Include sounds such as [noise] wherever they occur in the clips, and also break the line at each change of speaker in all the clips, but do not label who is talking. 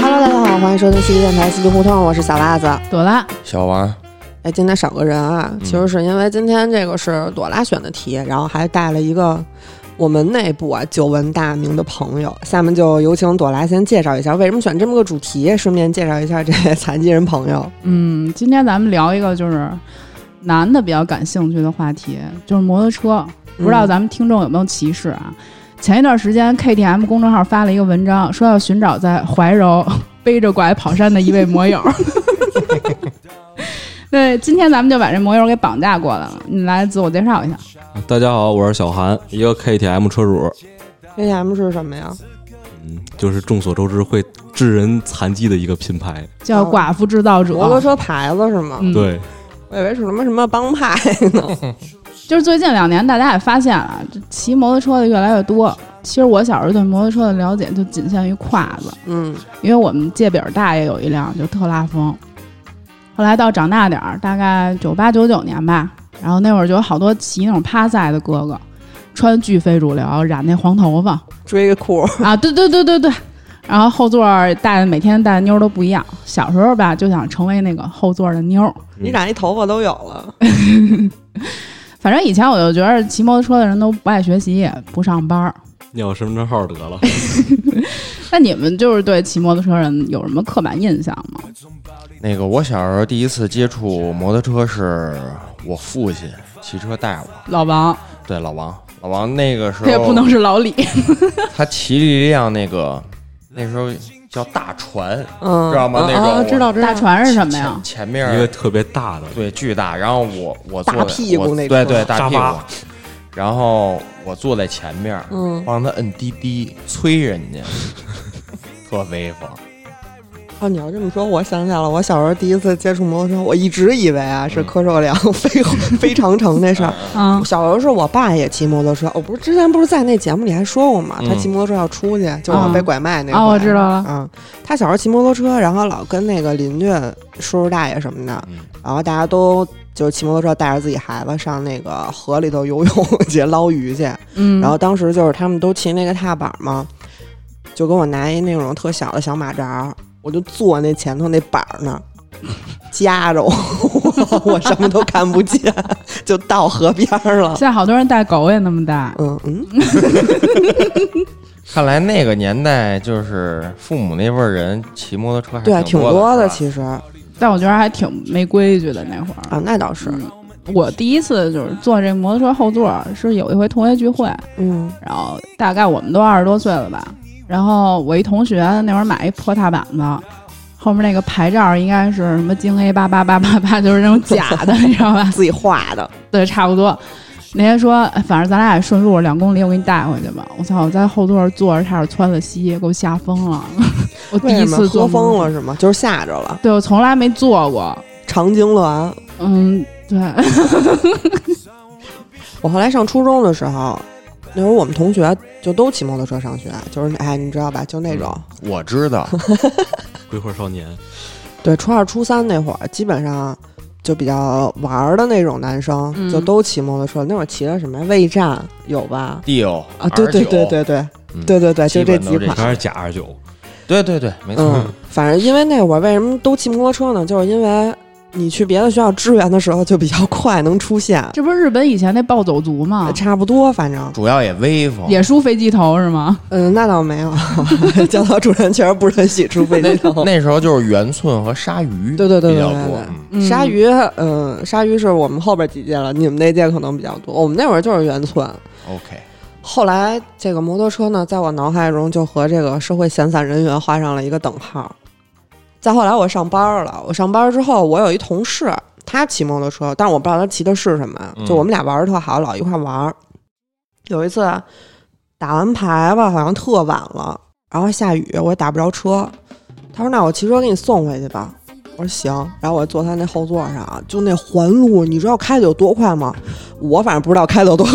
Hello，大家好，欢迎收听西剧电台戏剧胡同，我是小袜子。
朵拉，
小王，
哎，今天少个人啊，其实是因为今天这个是朵拉选的题，然后还带了一个我们内部啊久闻大名的朋友。下面就有请朵拉先介绍一下为什么选这么个主题，顺便介绍一下这位 [laughs] 残疾人朋友。
嗯，今天咱们聊一个就是男的比较感兴趣的话题，就是摩托车。不知道咱们听众有没有歧视啊？前一段时间 KTM 公众号发了一个文章，说要寻找在怀柔 [laughs] 背着拐跑山的一位摩友。 [laughs] 对，今天咱们就把这摩友给绑架过来了。你来自我介绍一下，
大家好，我是小韩，一个 KTM 车主，
KTM 是什么呀？
嗯，就是众所周知会致人残疾的一个品牌。
叫寡妇制造者。
哦摩托车牌子是吗？
嗯，
对，
我以为是什么什么帮派呢。
就是最近两年，大家也发现了，这骑摩托车的越来越多。其实我小时候对摩托车的了解就仅限于胯子，
[laughs] 嗯，
因为我们界饼大爷有一辆就是特拉风，后来到长大点儿，大概九八九九年吧，然后那会儿就有好多骑那种趴赛的哥哥，穿巨非主流，染那黄头发
追个裤，
啊，对对对对对，然后后座儿带每天带的妞儿都不一样。小时候吧就想成为那个后座的妞儿，
你染一头发都有了。
反正以前我就觉得骑摩托车的人都不爱学习，不上班儿。
要身份证号得 [laughs] 了。
那你们就是对骑摩托车人有什么刻板印象吗？
那个我小时候第一次接触摩托车是我父亲骑车带我，
老王，
对老王，老王那个时
他也不
候
能是老李，
他骑了一辆那个那时候叫大船，
嗯，
知道吗那种
啊，知道知道。
大船是什么呀？
前前
一个
面
特别大的，
对巨大，然后我我
大
坐
屁股
我
那
对
车
对大
沙
屁股
发，
然后我坐在前面，
嗯
帮他摁滴滴催人家， [laughs] 特威风。
哦，你要这么说，我想起来了，我小时候第一次接触摩托车，我一直以为啊
嗯
是柯受良 [laughs]
[laughs]
飞飞长城那事儿。
啊，
小时候是我爸也骑摩托车，我不是之前不是在那节目里还说过吗？他骑摩托车要出去，就往被拐卖那个。
啊嗯我知道了
嗯，他小时候骑摩托车，然后老跟那个邻居叔叔大爷什么的，
嗯
然后大家都就是骑摩托车带着自己孩子上那个河里头游泳 [laughs] 去捞鱼去。
嗯，
[laughs] 然后当时就是他们都骑那个踏板嘛，就给我拿一那种特小的小马扎儿，我就坐那前头那板儿那儿，夹着我， [laughs] 我什么都看不见，就到河边儿了
[laughs] 现。在好多人带狗也那么带，
嗯嗯，
看来那个年代就是父母那辈儿人骑摩托车还
对，挺多的，
的是吧
其实啊，
但我觉得还挺没规矩的那会儿。
那倒是，
嗯我第一次就是坐这摩托车后座，是有一回同学聚会，
嗯
然后大概我们都二十多岁了吧，然后我一同学那会儿买一破踏板子。后面那个牌照应该是什么京 A 八八八八八，就是那种假的，你知道吧？
自己画的，
对，差不多。那天说，哎反正咱俩也顺路两公里，我给你带回去吧。我操，我在后座儿坐着，差点窜了稀，给我吓疯了。 [laughs] 我第
为
一
什么
次
喝
坐
疯
摩托
了
车，
是吗？就是吓着了，
对我从来没坐过。
长啊痉挛。
嗯，对， [laughs]
我后来上初中的时候，那会儿我们同学就都骑摩托车上学，就是哎，你知道吧，就那种。
我知道，
鬼火少年，
对，初二、初三那会儿，基本上就比较玩儿的那种男生，
嗯
就都骑摩托车。那会儿骑的什么呀？魏战有吧？
d 友
啊，对对对对对、对对对，就
嗯基
这
本都
几
这
款
些。
还是假二九，
对对对，没 [laughs] 错。
嗯，反正因为那会儿为什么都骑摩托车呢？就是因为你去别的学校支援的时候就比较快能出现，
这不是日本以前那暴走
[laughs]
族吗？
差不多反正。
主要也威风，
也梳飞机头是吗？ [laughs]
嗯，那倒没有， [laughs] 教导主任确实不允许出
[laughs]
飞机头。
那时候就是圆寸和鲨鱼
对对对
比
对
较
对
多
对。
嗯
嗯
鲨鱼，嗯，鲨鱼是我们后边几届了，你们那届可能比较多。我们那会儿就是圆寸， [laughs]
OK，
后来这个摩托车呢，在我脑海中就和这个社会闲散人员画上了一个等号。再后来我上班儿了，我上班儿之后，我有一同事，他骑摩托车，但是我不知道他骑的是什么，就我们俩玩的特好，老一块玩儿。有一次打完牌吧，好像特晚了，然后下雨，我也打不着车。他说：“那我骑车给你送回去吧。”我说：“行。”然后我坐他那后座上，就那环路，你知道开的有多快吗？我反正不知道开的有多快，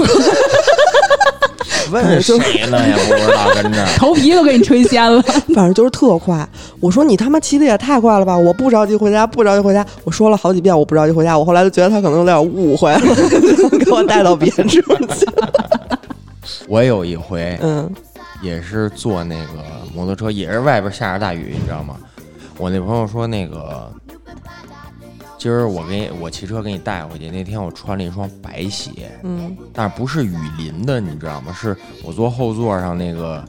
问我，就是
谁呢？也不知道跟这儿
头皮都给你吹掀了。 [laughs]
反正就是特快。我说你他妈骑的也太快了吧！我不着急回家，不着急回家。我说了好几遍我不着急回家，我后来就觉得他可能有点误会了， [laughs] 就给我带到别处去。
[laughs] 我有一回
嗯
也是坐那个摩托车，也是外边下着大雨，你知道吗？我那朋友说那个。今儿我给你，我骑车给你带回去。那天我穿了一双白鞋，
嗯
但是不是雨淋的，你知道吗？是我坐后座上那个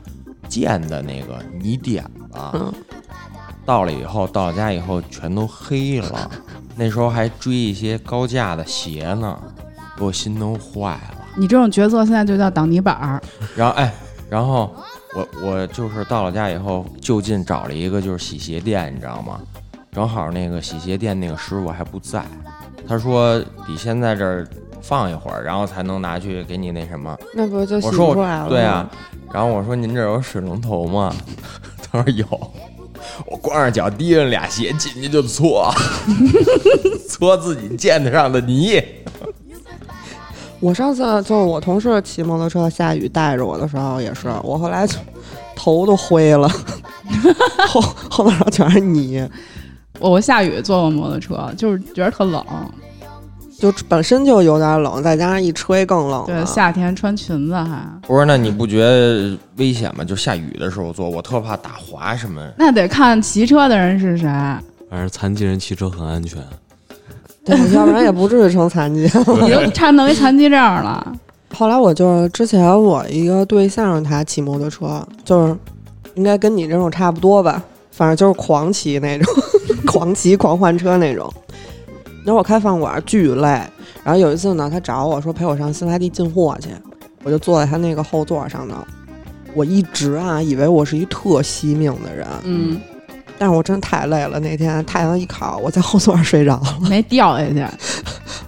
溅的那个泥点子。啊
嗯
到了以后，到家以后全都黑了。那时候还追一些高价的鞋呢，给我心都坏了。
你这种角色现在就叫挡泥板儿，
然后哎，然后我我就是到了家以后，就近找了一个就是洗鞋店，你知道吗？正好那个洗鞋店那个师傅还不在，他说得先在这儿放一会儿，然后才能拿去给你那什么。
那不就
我
洗
说
出
我
来了？
对啊，，然后我说您这儿有水龙头吗？他说有，我光着脚提着俩鞋进去就搓， [laughs] 搓自己溅得上的泥。
我上次就是我同事骑摩托车下雨带着我的时候也是，我后来就头都灰了， [laughs] 后后脑勺全是泥，
我我下雨坐过摩托车，就是觉得特冷，
就本身就有点冷，再加上一吹更冷
对，
了。
夏天穿裙子还。
我说那你不觉得危险吗？就下雨的时候坐，我特怕打滑什么。
那得看骑车的
[laughs]
人是谁，
反正残疾人骑车很安全。
对，要不然也不至于成残疾。
你都差弄一残疾证了。
后来我就是之前我一个对象他骑摩托车，就是应该跟你这种差不多吧，反正就是狂骑那种， [laughs] 狂骑狂换车那种。然后我开饭馆巨累，然后有一次呢，他找我说陪我上新发地进货去，我就坐在他那个后座上头。我一直啊以为我是一特惜命的人，
嗯，
但是我真太累了。那天太阳一烤，我在后座上睡着了，
[laughs]
没掉下去，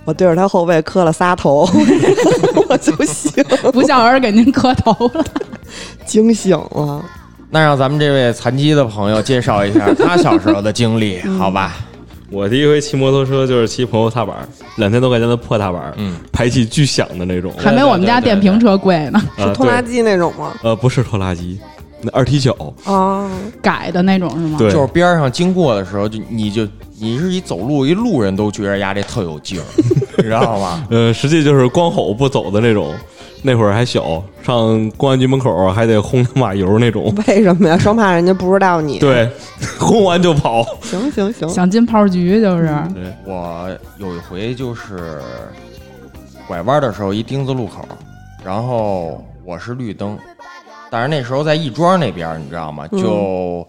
我对着他后背磕了仨头， [laughs] 我就醒了，
不像儿给您磕头了。
惊醒了。
那让咱们这位残疾的朋友介绍一下他小时候的经 [laughs] 历，好吧？
我第一回骑摩托车就是骑朋友踏板，两千多块钱的破踏板，
嗯，
排气巨响的
[laughs]
那种。
还没我们家电瓶车贵呢，
啊，
拖拉
对，
机那种吗？
呃，不是拖拉机，那二踢脚。
啊，
改的那种是吗？
对，
就是边上经过的时候，就你就你是一走路，一路人都觉得呀这特有劲儿，你知道吗？
呃，实际就是光吼不走的那种。那会儿还小，上公安局门口还得轰两把油那种。
为什么呀？生怕人家不知道你。，
对， [laughs] 轰完就跑。
行行行，
想进炮局就是，
嗯对，
我有一回就是拐弯的时候，一丁字路口，然后我是绿灯，但是那时候在亦庄那边儿，你知道吗？
嗯
就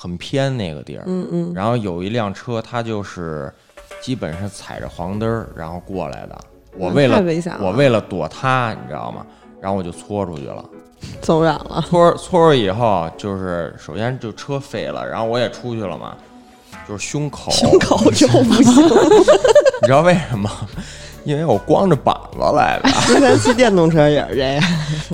很偏那个地儿。
嗯嗯，
然后有一辆车，它就是基本是踩着黄灯儿然后过来的。我为
嗯太
了
危险了，
我为了躲它，你知道吗？然后我就搓出去了。
走远了，
搓搓了以后，就是首先就车废了，然后我也出去了嘛，就是胸口，
胸口又不行。
你知道为什么？因为我光着膀子来的，
之前骑电动车也是这样，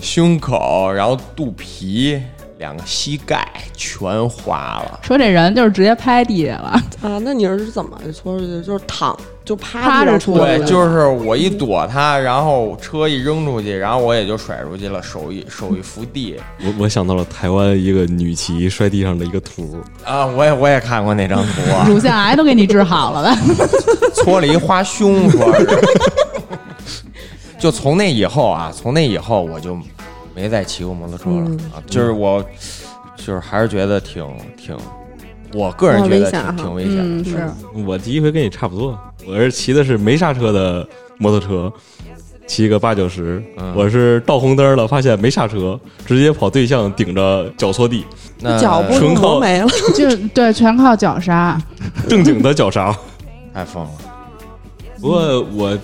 胸口，然后肚皮，两个膝盖全花了。
说这人就是直接拍地下了， [laughs]
啊，那你是怎么搓出去？就是躺，就趴
趴着
出
搓
对，
的
就是我一躲它，然后车一扔出去，然后我也就甩出去了，手一手一扶地
我我想到了台湾一个女骑摔地上的一个图，
啊！我也我也看过那张图啊，
乳腺癌都给你治好了
[laughs]
吧？
搓了一花胸，说是。 [laughs] 就从那以后啊，从那以后我就没再骑过摩托车了、啊。就是我，就是还是觉得挺挺，我个人觉得挺、
啊危险哈
挺危险的。
嗯，是
我第一回跟你差不多，我是骑的是没刹车的摩托车，骑个八九十，
嗯
我是到红灯了，发现没刹车，直接跑对向顶着脚搓地，
那
脚不
纯
用
靠
磨没了。
就对，全靠绞杀。
正经的脚 [laughs] 刹。
太疯了，
不过我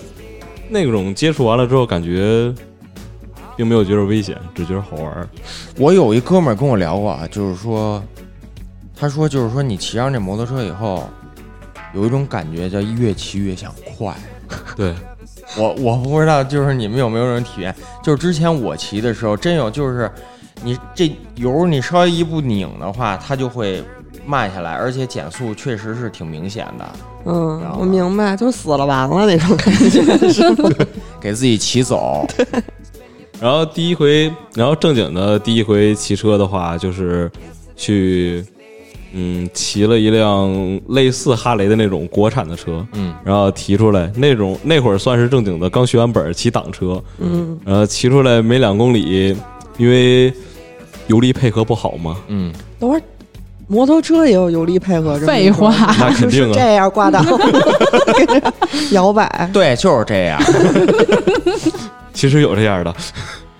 那种接触完了之后，感觉并没有觉得危险，只觉得好玩儿。
我有一哥们儿跟我聊过啊，就是说，他说就是说你骑上这摩托车以后，有一种感觉叫越骑越想快。
对，
我我不知道，就是你们有没有这种体验？就是之前我骑的时候，真有，就是你这油你稍微一不拧的话，它就会慢下来，而且减速确实是挺明显的，然
嗯，
后
我明白，就是死了完了那种感觉，是吗？
给自己骑走。
然后第一回，然后正经的第一回骑车的话，就是去，嗯，骑了一辆类似哈雷的那种国产的车，
嗯，
然后提出来那种那会儿算是正经的，刚学完本儿骑挡车，
嗯，
然后骑出来没两公里，因为油离配合不好嘛，
[laughs]
嗯，
等会儿摩托车也有有力配合，这么一
废
说
话，
那肯定
是
啊，
这样挂档，跟着摇摆，
对，就是这样。
其实有这样的，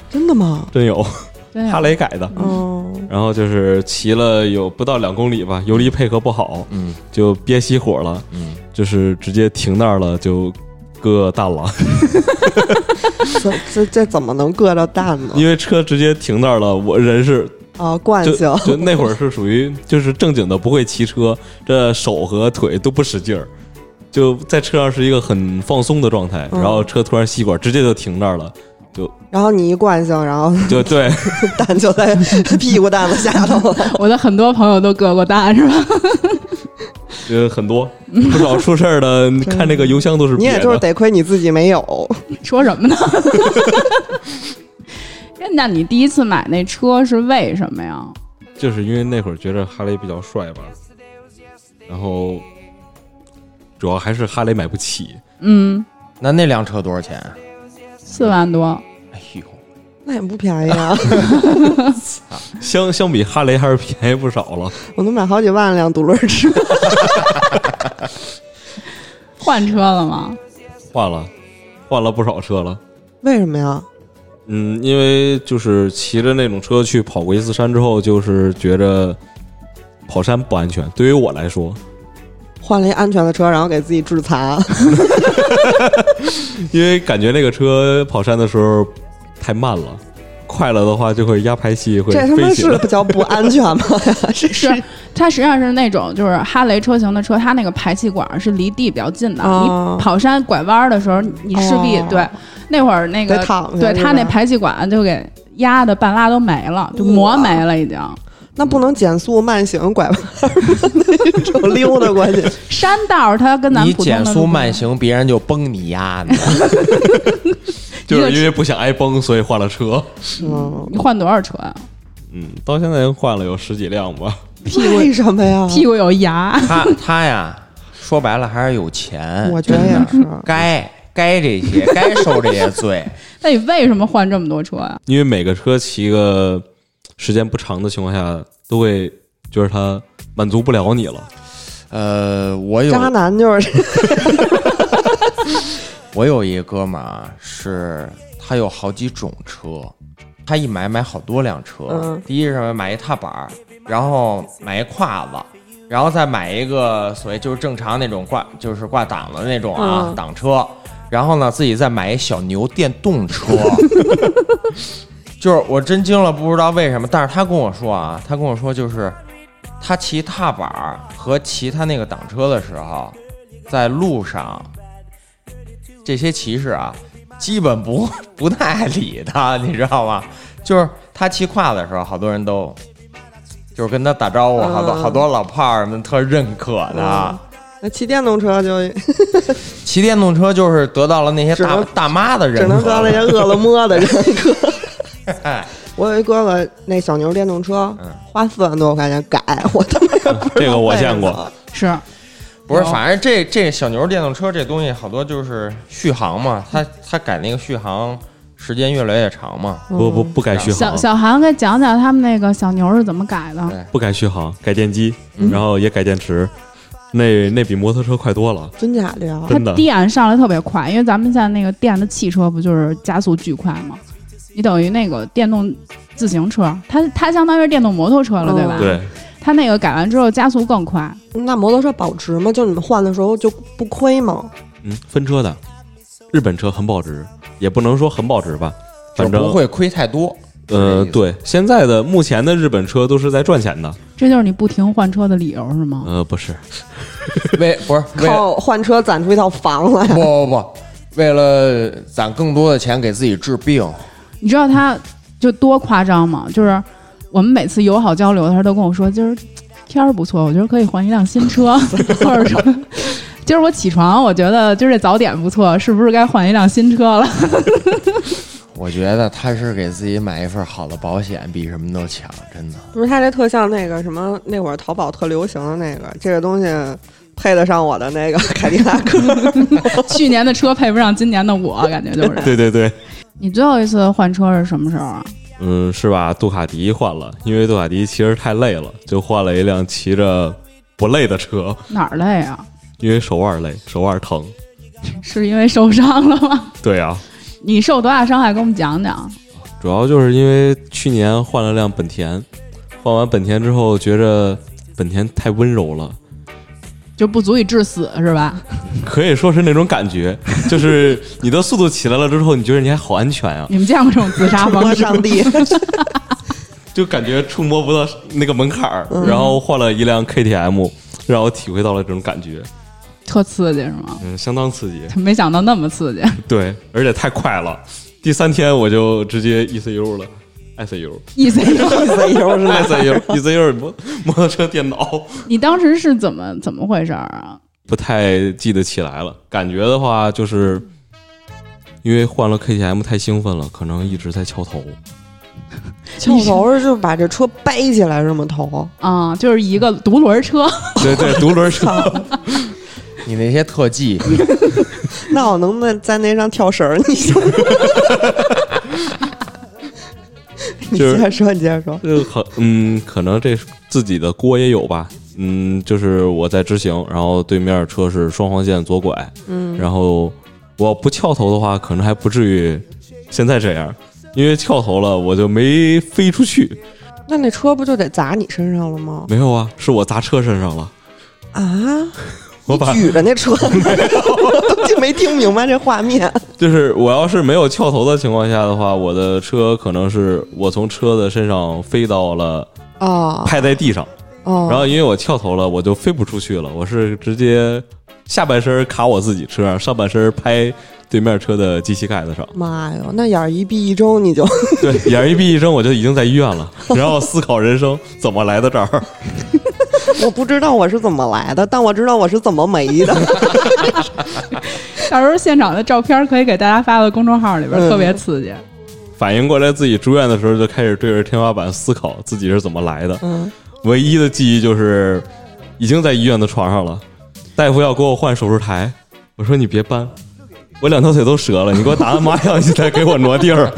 真的吗？
真有 [laughs]
真有
哈雷改的。
哦，
然后就是骑了有不到两公里吧，油离配合不好，
嗯
就憋熄火了，
嗯，
就是直接停那儿了，就割蛋了，
这这这怎么能硌着蛋呢？
因为车直接停那儿了，我人是
啊，惯
就
性，
[laughs] 就那会儿是属于就是正经的不会骑车，这手和腿都不使劲儿。就在车上是一个很放松的状态，
嗯
然后车突然熄火，直接就停那
[laughs]
儿了，
然后你一惯性，然后 [laughs]
就对，
蛋就在屁股蛋子下头了。
我的很多朋友都割过蛋，是吧？ [laughs]
呃，很多不少出事儿的，
[laughs]
你看这个油箱都是
你
瘪
也
的
就是得亏你自己没有，
说什么呢？ [laughs] 哎那你第一次买那车是为什么呀？
就是因为那会儿觉得哈雷比较帅吧，然后主要还是哈雷买不起，
嗯，
那那辆车多少钱？啊
四万多，
哎呦，
那也不便宜啊！
相相比哈雷还是便宜不少了。
我能买好几万辆独轮车。
换车了吗？
换了，换了不少车了。
为什么呀？
嗯，因为就是骑着那种车去跑过一次山之后，就是觉着跑山不安全。对于我来说，
换了一安全的车，然后给自己制裁，啊
因为感觉那个车跑山的时候太慢了，快了的话就会压排气，会
这他妈
飞起
是
来。
不叫不安全吗？这
是
是啊
它实际上是那种就是哈雷车型的车，它那个排气管是离地比较近的，
哦
你跑山拐弯的时候，你势必、
哦
对那会儿那
得
个
躺下。
对
是吧
它那排气管就给压的半拉都没了，就磨
哇
没了已经。
那不能减速慢行拐弯儿吗，那就溜达过去。
山道儿它跟咱们
你
普通的路
减速
不一
慢
样
行，别人就崩你丫的。
就是因为不想挨崩，所以换了车。
嗯，
你换多少车啊？
嗯，到现在换了有十几辆吧。
为什么呀？
屁股有牙，
他他呀，说白了还是有
[laughs]
钱，
我觉得
真
也
的
是。
该该这些，该受这些罪。
那你为什么换这么多车啊？
因为每个车骑个时间不长的情况下，都会觉得它满足不了你了。
呃，我
渣
有
男就是
我有一哥们儿啊，是他有好几种车，他一买买好多辆车。
嗯
第一是什么？买一踏板儿，然后买一胯子。然后再买一个所谓就是正常那种挂就是挂档的那种啊、
嗯
挡车，然后呢自己再买一小牛电动车，就是我真惊了，不知道为什么，但是他跟我说啊，他跟我说就是他骑踏板儿和骑他那个挡车的时候，在路上这些骑士啊，基本不不太理他，你知道吗？就是他骑胯的时候，好多人都 [laughs] 就是跟他打招呼，好多
嗯
好多老炮儿们特认可他。
那骑电动车就
骑电动车就是得到了那些
只
大
能
大妈的
只
认
能当那
可。
些饿了么的人哥。
[laughs]
哎，
我有一哥哥，那小牛电动车
嗯
花四万多块钱改，我他妈也不知道
这个我
为
见过
什么
是
不是，
有
反正这这小牛电动车这东西好多就是续航嘛，它它改那个续航时间越来越长嘛。
不
嗯
不不改续
小
航，
小韩给讲讲他们那个小牛是怎么改的
对。
不改续航，改电机，
嗯
然后也改电池，那那比摩托车快多了。
真假的呀？
它
真的
电上来特别快，因为咱们现在那个电的汽车不就是加速巨快吗？你等于那个电动自行车，它它相当于是电动摩托车了，
嗯
对吧？
对，
它那个改完之后加速更快，
那摩托车保值吗？就你们换的时候就不亏吗？
嗯，分车的，日本车很保值，也不能说很保值吧，
就
反正
不会亏太 [laughs] 多。
呃，
是这意思，
对，现在的目前的日本车都是在赚钱的。
这就是你不停换车的理由是吗？
呃，不是，
为不是为了
靠换车攒出一套房来
不，不不，为了攒更多的钱给自己治病，
你知道他就多夸张吗？就是我们每次友好交流，他都跟我说，今儿天儿不错，我觉得可以换一辆新
[laughs]
车，或者说。今
[laughs]
儿我起床，我觉得今儿这早点不错，是不是该换一辆新车了？
我觉得他是给自己买一份好的保险，比什么都强，真的。
不是它这特像那个什么，那会儿淘宝特流行的那个，这个东西配得上我的那个凯迪拉克。 [laughs]
去年的车配不上今年的我，感觉就是。
对对对，
你最后一次换车是什么时候啊？
嗯，是把杜卡迪换了，因为杜卡迪其实太累了，就换了一辆骑着不累的车，
哪儿累啊？
因为手腕累，手腕疼。
是因为受伤了吗？ [laughs]
对啊，
你受多大伤害？给我们讲讲。
主要就是因为去年换了辆本田，换完本田之后觉着本田太温柔了，
就不足以致死是吧？
[laughs]
可以说是那种感觉， [laughs] 就是你的速度起来了之后，你觉得你还好安全啊，
你们见过这种自杀方
我
式吗？
上帝，
就感觉触摸不到那个门槛儿。然后换了一辆 KTM，让我体会到了这种感觉，
[laughs] 特刺激是吗？
嗯，相当刺激。
没想到那么
[laughs]
刺激
对，而且太快了，第三天我就直接 ECU 了，ICU，ICU，ECU，ECU，
，E C U。
[laughs] 摩摩托车电脑，
你当时是怎么怎么回事儿啊？
不太记得起来了。感觉的话，就是因为换了 KTM 太兴奋了，可能一直在敲头。
翘头是就把这车掰起来这么头，
啊、就是一个独轮车，
对对，独轮车，
你那些特技， [laughs]
[laughs] 那我能不能在那上跳绳儿？你 [laughs] 行吗？你
就是
接着说，你接着说。
这可嗯，可能这自己的锅也有吧。嗯，就是我在直行，然后对面车是双黄线左拐，嗯，然后我不翘头的话，可能还不至于现在这样，因为翘头了我就没飞出去。
那那车不就得砸你身上了吗？
没有啊，是我砸车身上了，
啊！
我把
举着那
[laughs]
车，我就没听明白这画面。
就是我要是没有翘头的情况下的话，我的车可能是我从车的身上飞到了
哦
拍在地上，
哦，。
然后因为我翘头了，我就飞不出去了，我是直接下半身卡我自己车上，上半身拍对面车的机器盖子上
[laughs] 妈哟，那眼儿一闭一睁你就 [laughs]
对，眼一闭一睁，我就已经在医院了， [laughs] 然后思考人生怎么来到这儿。 [laughs]
我不知道我是怎么来的，但我知道我是怎么没的。
到时候现场的照片可以给大家发到公众号里边，
嗯
特别刺激。
反应过来自己住院的时候，就开始对着天花板思考自己是怎么来的。
[laughs] 嗯，
唯一的记忆就是已经在医院的床上了，大夫要给我换手术台，我说你别搬，我两条腿都折了，你给我打完麻药，你再给我挪地儿。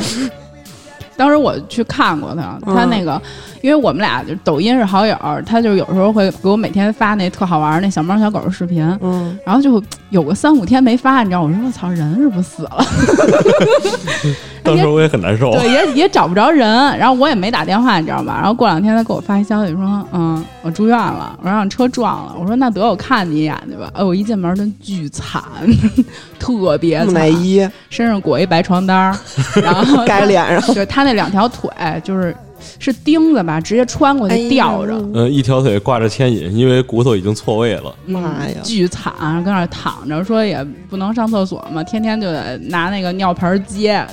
当时我去看过他，
嗯
他那个，因为我们俩就抖音是好友，他就有时候会给我每天发那特好玩儿那小猫小狗的视频，
[laughs] 嗯，
然后就有个三五天没发，你知道，我说我操，人是不是死了？
当时我也很难受。啊
哦
对， [laughs] 也也找不着人，然后我也没打电话，你知道吧？然后过两天他给我发一消息说，嗯，我住院了，我让车撞了。我说那得我看你一眼去吧。哎，我一进门真巨惨， [laughs] 特别
木乃
惨，
伊
身上裹一白床单儿，
[laughs]
然后
盖脸上，
对他那两条腿就是是钉子吧，直接穿
哎
过去吊着，
嗯，一条腿挂着牵引，因为骨头已经错位了。
妈呀！
巨惨，跟那儿躺着，说也不能上厕所嘛，天天就得拿那个尿盆儿接，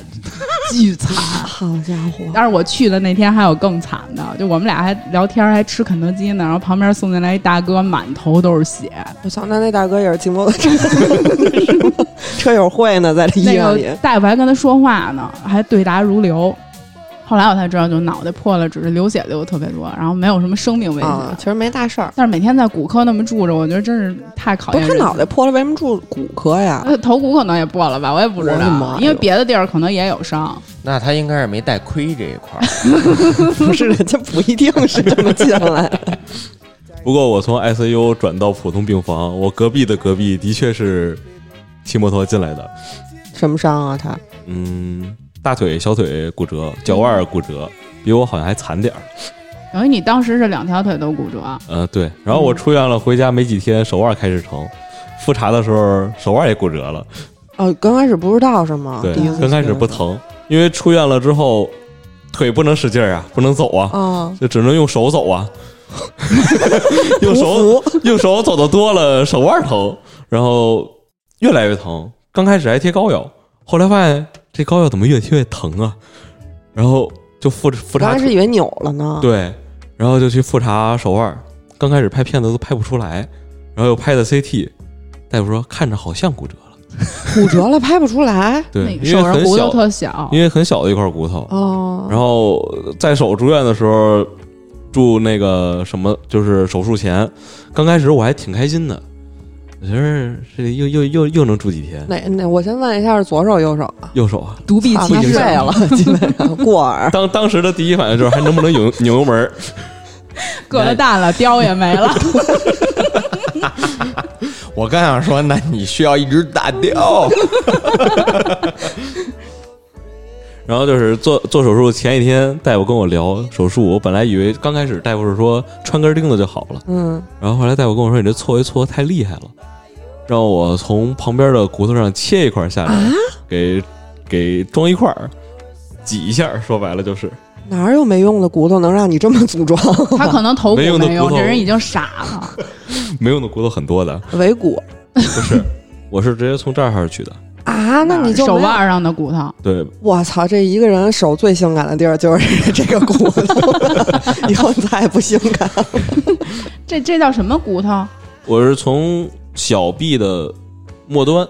巨
[laughs]
惨。
好家伙，
但是我去的那天还有更惨的，就我们俩还聊天还吃肯德基呢，然后旁边送进来一大哥，满头都是血，
我操！那那大哥也是骑摩托车，是吗 [laughs] 车友会呢，在这医
那
院
个
里。
大夫还跟他说话呢，还对答如流。后来我才知道，就脑袋破了，只是流血流的特别多，然后没有什么生命危险。
啊，其实没大事儿。
但是每天在骨科那么住着，我觉得真是太考
不
验
是
人
他
了
脑袋破了，为什么住骨科 [laughs] 呀？
呃，头骨可能也破了吧，我也不知
我的妈
道
哟，
因为别的地儿可能也有伤。
那他应该是没带亏这一块儿。
不是，人家不一定 [laughs] 是这么进来的。
不过我从 ICU 转到普通病房，我隔壁的隔壁的确是骑摩托进来的。
什么伤啊？他
嗯，大腿、小腿骨折，脚腕儿骨折，比我好像还惨点儿。
等于你当时是两条腿都骨折，
呃，对。然后我出院了，回家没几天，手腕开始疼。复查的时候，手腕也骨折了。
哦，刚开始不知道是吗？
啊对
第一次，
刚开始不疼，因为出院了之后，腿不能使劲儿啊，不能走啊，
啊，
就只能用手走 [laughs] 啊。用手
匍匐
用手走的多了，手腕疼，然后越来越疼。刚开始还贴膏药，后来发现这膏药怎么越贴越疼啊？然后就复复
我刚
查
开始以为扭了呢。
嗯
对，然后就去复查手腕儿，刚开始拍片子都拍不出来，然后又拍的 CT，大夫说看着好像骨折了，
骨折了拍不出来。
对，因
手
为
上
很
骨头
小，
特小，
因为很小的一块骨头。
哦，
然后呃在手住院的时候，住那个什么，就是手术前，刚开始我还挺开心的，我觉得这又又又又能住几天，
哪哪？我先问一下，是左手右手啊？
右手啊。
独臂
啊
骑
那
射
废。了，基本
[laughs]
上过耳。
当当时的第一反应就是还能不能扭扭油门儿？
疙瘩大了，貂也
[laughs]
没了。
[laughs] 我刚想说，那你需要一直打掉。
然后就是做做手术前一天，大夫跟我聊手术，我本来以为刚开始大夫是说穿根钉子就好了，
嗯，
然后后来大夫跟我说你这错位错得太厉害了，让我从旁边的骨头上切一块下来，
啊
给给装一块儿，挤一下，说白了就是
哪儿有没用的骨头能让你这么组装？ [laughs]
他可能头骨
没用的
没用，
骨头
这人已经傻了。
没用的骨头很多的，
尾骨
不是，我是直接从这儿取的，
[laughs] 啊？那你就
手
没有
腕上的骨头，
对，
我操，这一个人手最性感的地儿就是 [laughs] 这个骨头，以后再也不性感了。
这这叫什么骨头？
哦
我是从小臂的末端，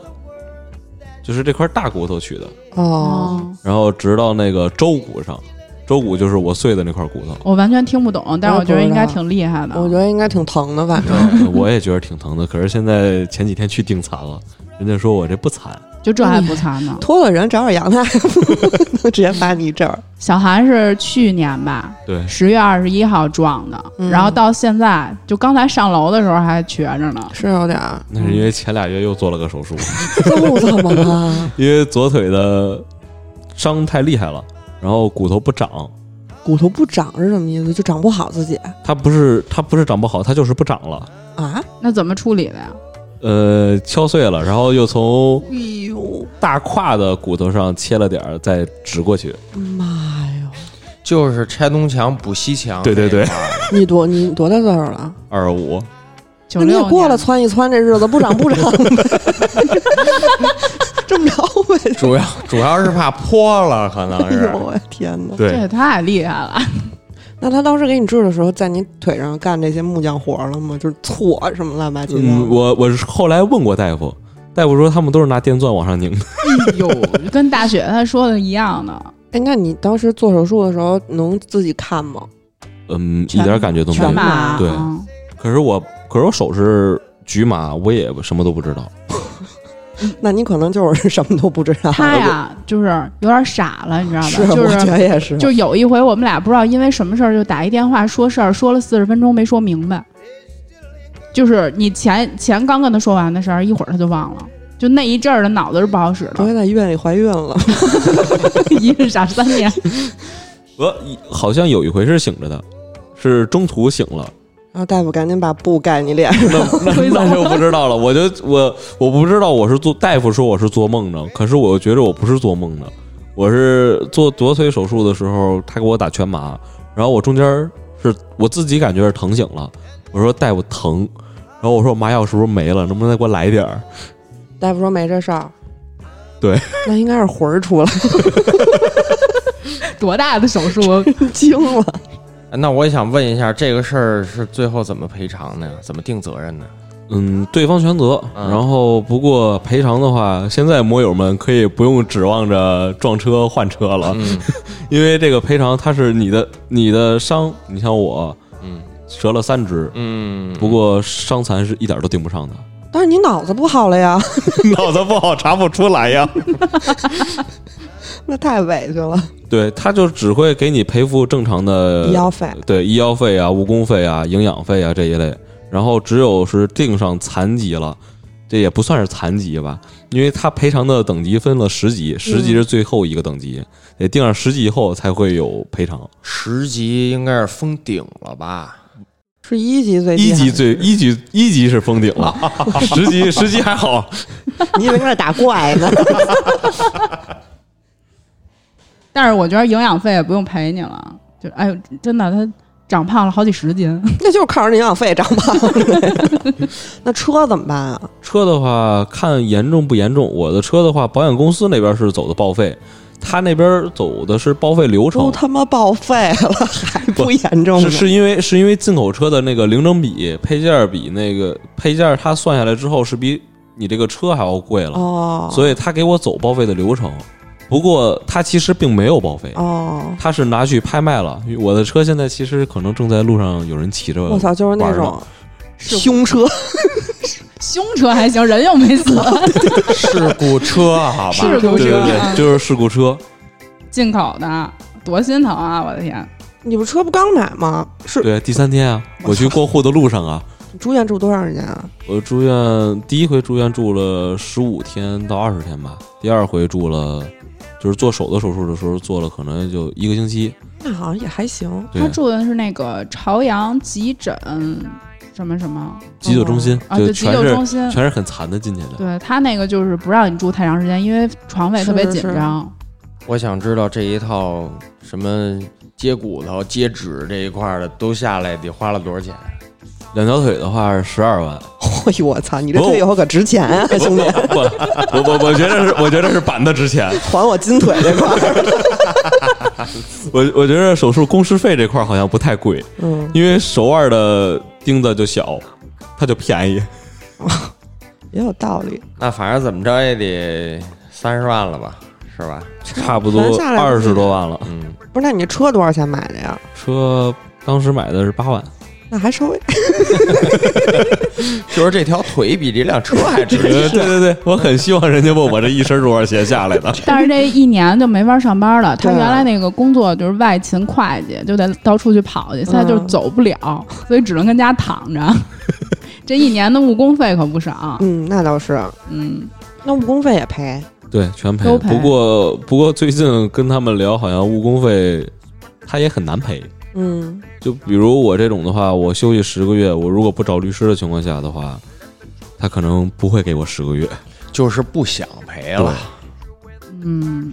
就是这块大骨头取的，
哦，，
嗯
然后直到那个舟骨上，舟骨就是我碎的那块骨头。
我完全听不懂，但是我觉得应该挺厉害的。
哦我觉得应该挺疼的，反正
[laughs] 我也觉得挺疼的，可是现在前几天去定残了，人家说我这不残，
就这还不惨呢。
脱了人找找杨大夫， [laughs] 能直接把你一阵儿。
小韩是去年吧，
对，
十月二十一号撞的，
嗯
然后到现在，就刚才上楼的时候还瘸着呢。
是有点 [laughs] 儿，
那是因为前俩月又做了个手术， [laughs]
又怎么了？
因为左腿的伤太厉害了，然后骨头不长，
骨头不长是什么意思？就长不好自己
它不是它不是长不好，它就是不长了，
啊？
那怎么处理的呀？
呃，敲碎了，然后又从
哎呦
大胯的骨头上切了点儿，再植过去。
妈呀！
[laughs] 就是拆东墙补西墙，
对对对，
你多你多大岁数了？
二十五，
九
那你也
六
过了窜一窜这日子，不长不长呗，
[laughs]
[laughs] 这么着呗。
[laughs]
主要主要是怕泼了，可能
哎
是
呦我天哪！
这也，太厉害了。
[laughs] 那他当时给你治的时候，在你腿上干这些木匠活了吗？就是锉什么乱七八七
嗯，
糟
我我是后来问过大夫，大夫说他们都是拿电钻往上拧的，
哎呦，跟大雪他说的一样的，
的。哎，那你当时做手术的时候能自己看吗？
嗯，
全
一点感觉都没
全
有。
麻。
[laughs]
对
嗯
可是我，可是我手是局麻，我也什么都不知道。
那你可能就是什么都不知道。
他呀，就是有点傻了，你知道
是，啊
吧？就
我觉
是
得也是。
就有一回，我们俩不知道因为什么事儿，就打一电话说事儿，说了四十分钟没说明白。就是你前前刚跟他说完的事儿，一会儿他就忘了，就那一阵儿的脑子是不好使
直
了，
接在医院里怀孕了，
[laughs] 一日傻三年。
我好像有一回是醒着的，是中途醒了，
然后大夫赶紧把布盖你脸上。
那那那就不知道了。我就我我不知道我是做大夫说我是做梦呢，可是我又觉得我不是做梦呢。我是做左腿手术的时候，他给我打全麻，然后我中间是我自己感觉是疼醒了，我说大夫疼，然后我说麻药是不是没了，能不能再给我来点儿？
大夫说没这事儿。
对，
那应该是魂儿出来，
多大的手术？
惊了。
那我也想问一下，这个事儿是最后怎么赔偿呢？怎么定责任呢？
嗯，对方全责。
嗯
然后不过赔偿的话，现在摩友们可以不用指望着撞车换车了，
嗯
[laughs] 因为这个赔偿它是你的你的伤，你像我
嗯
折了三只，
[laughs] 嗯，
不过伤残是一点都顶不上的，
但是你脑子不好了呀， [laughs]
脑子不好查不出来呀。
那太委屈了。
对，他就只会给你赔付正常的
医药费
对医药费啊、误工费啊、营养费啊这一类。然后只有是定上残疾了，这也不算是残疾吧，因为他赔偿的等级分了十级，十级是最后一个等级，得定上十级以后才会有赔偿。
十级应该是封顶了吧？
是一级最低
一
还是， [laughs]
级最一级一级是封顶了，十级十级还好，
你以为那打怪呢？ [laughs]
但是我觉得营养费也不用赔你了。就哎呦，真的，他长胖了好几十斤。 [laughs]
那就是靠着营养费长胖的。 [laughs] 那车怎么办啊？
车的话看严重不严重，我的车的话，保险公司那边是走的报废，他那边走的是报废流程
都。他妈报废了，
[laughs]
还不严重呢？
是是因为是因为进口车的那个零整比配件儿比那个配件，它算下来之后是比你这个车还要贵了，
哦，
所以他给我走报废的流程。不过他其实并没有报废，
哦，
他是拿去拍卖了。我的车现在其实可能正在路上，有人骑着。
我操，就是那
呃玩儿
种凶车，
凶车还行，人又没死， [laughs]
事故车，好吧，
是不
对
是
对
啊
对，就是事故车。
进口的，多心疼啊！我的天，
你不车不刚买吗？是
对，第三天啊，我去过户的路上啊，
住院住多长时间啊？
我住院第一回住院住了十五天到二十天吧，第二回住了，就是做手的手术的时候做了，可能也就一个星期。
那好像也还行，
对
他，住的是那个朝阳急诊什么什么
急救中心
啊，
就
对，急
全
救
是
中心。
全是很残的进去的。
对他那个就是不让你住太长时间，因为床位特别
是
紧
是是
张。
我想知道这一套什么接骨头、接指这一块儿的都下来得花了多少钱？
两条腿的话是十二万，
哎呦我操，你这
不
腿以后可值钱啊，兄弟，
不，我我我觉得是，我觉得是板的值钱。
还我金腿这块
[laughs]
儿。
我我觉得手术工时费这块儿好像不太贵，
嗯，
因为手腕的钉子就小，它就便宜。
也有道理。
那反正怎么着也得三十万了吧，是吧？
差不多
全下来
二
不是
十多
啊
万了。
嗯，
不是，那你车多少钱买的呀？
车当时买的是八万，
那还稍微
就是这条腿比这辆车还值
对对对，我很希望人家问我这一身多少钱下来
[laughs]
的。
[laughs]
但是这一年就没法上班了。他
对
原来那个工作就是外勤会计，就得到处去跑去，现在
嗯
就是走不了，所以只能跟家躺着。 [laughs] 这一年的误工费可不少，
嗯，那倒是，
嗯，
那误工费也赔。
对，全赔
都。赔
不过不过最近跟他们聊，好像误工费他也很难赔。
嗯，
就比如我这种的话，我休息十个月，我如果不找律师的情况下的话，他可能不会给我十个月。
[laughs] 就是不想赔了。
嗯，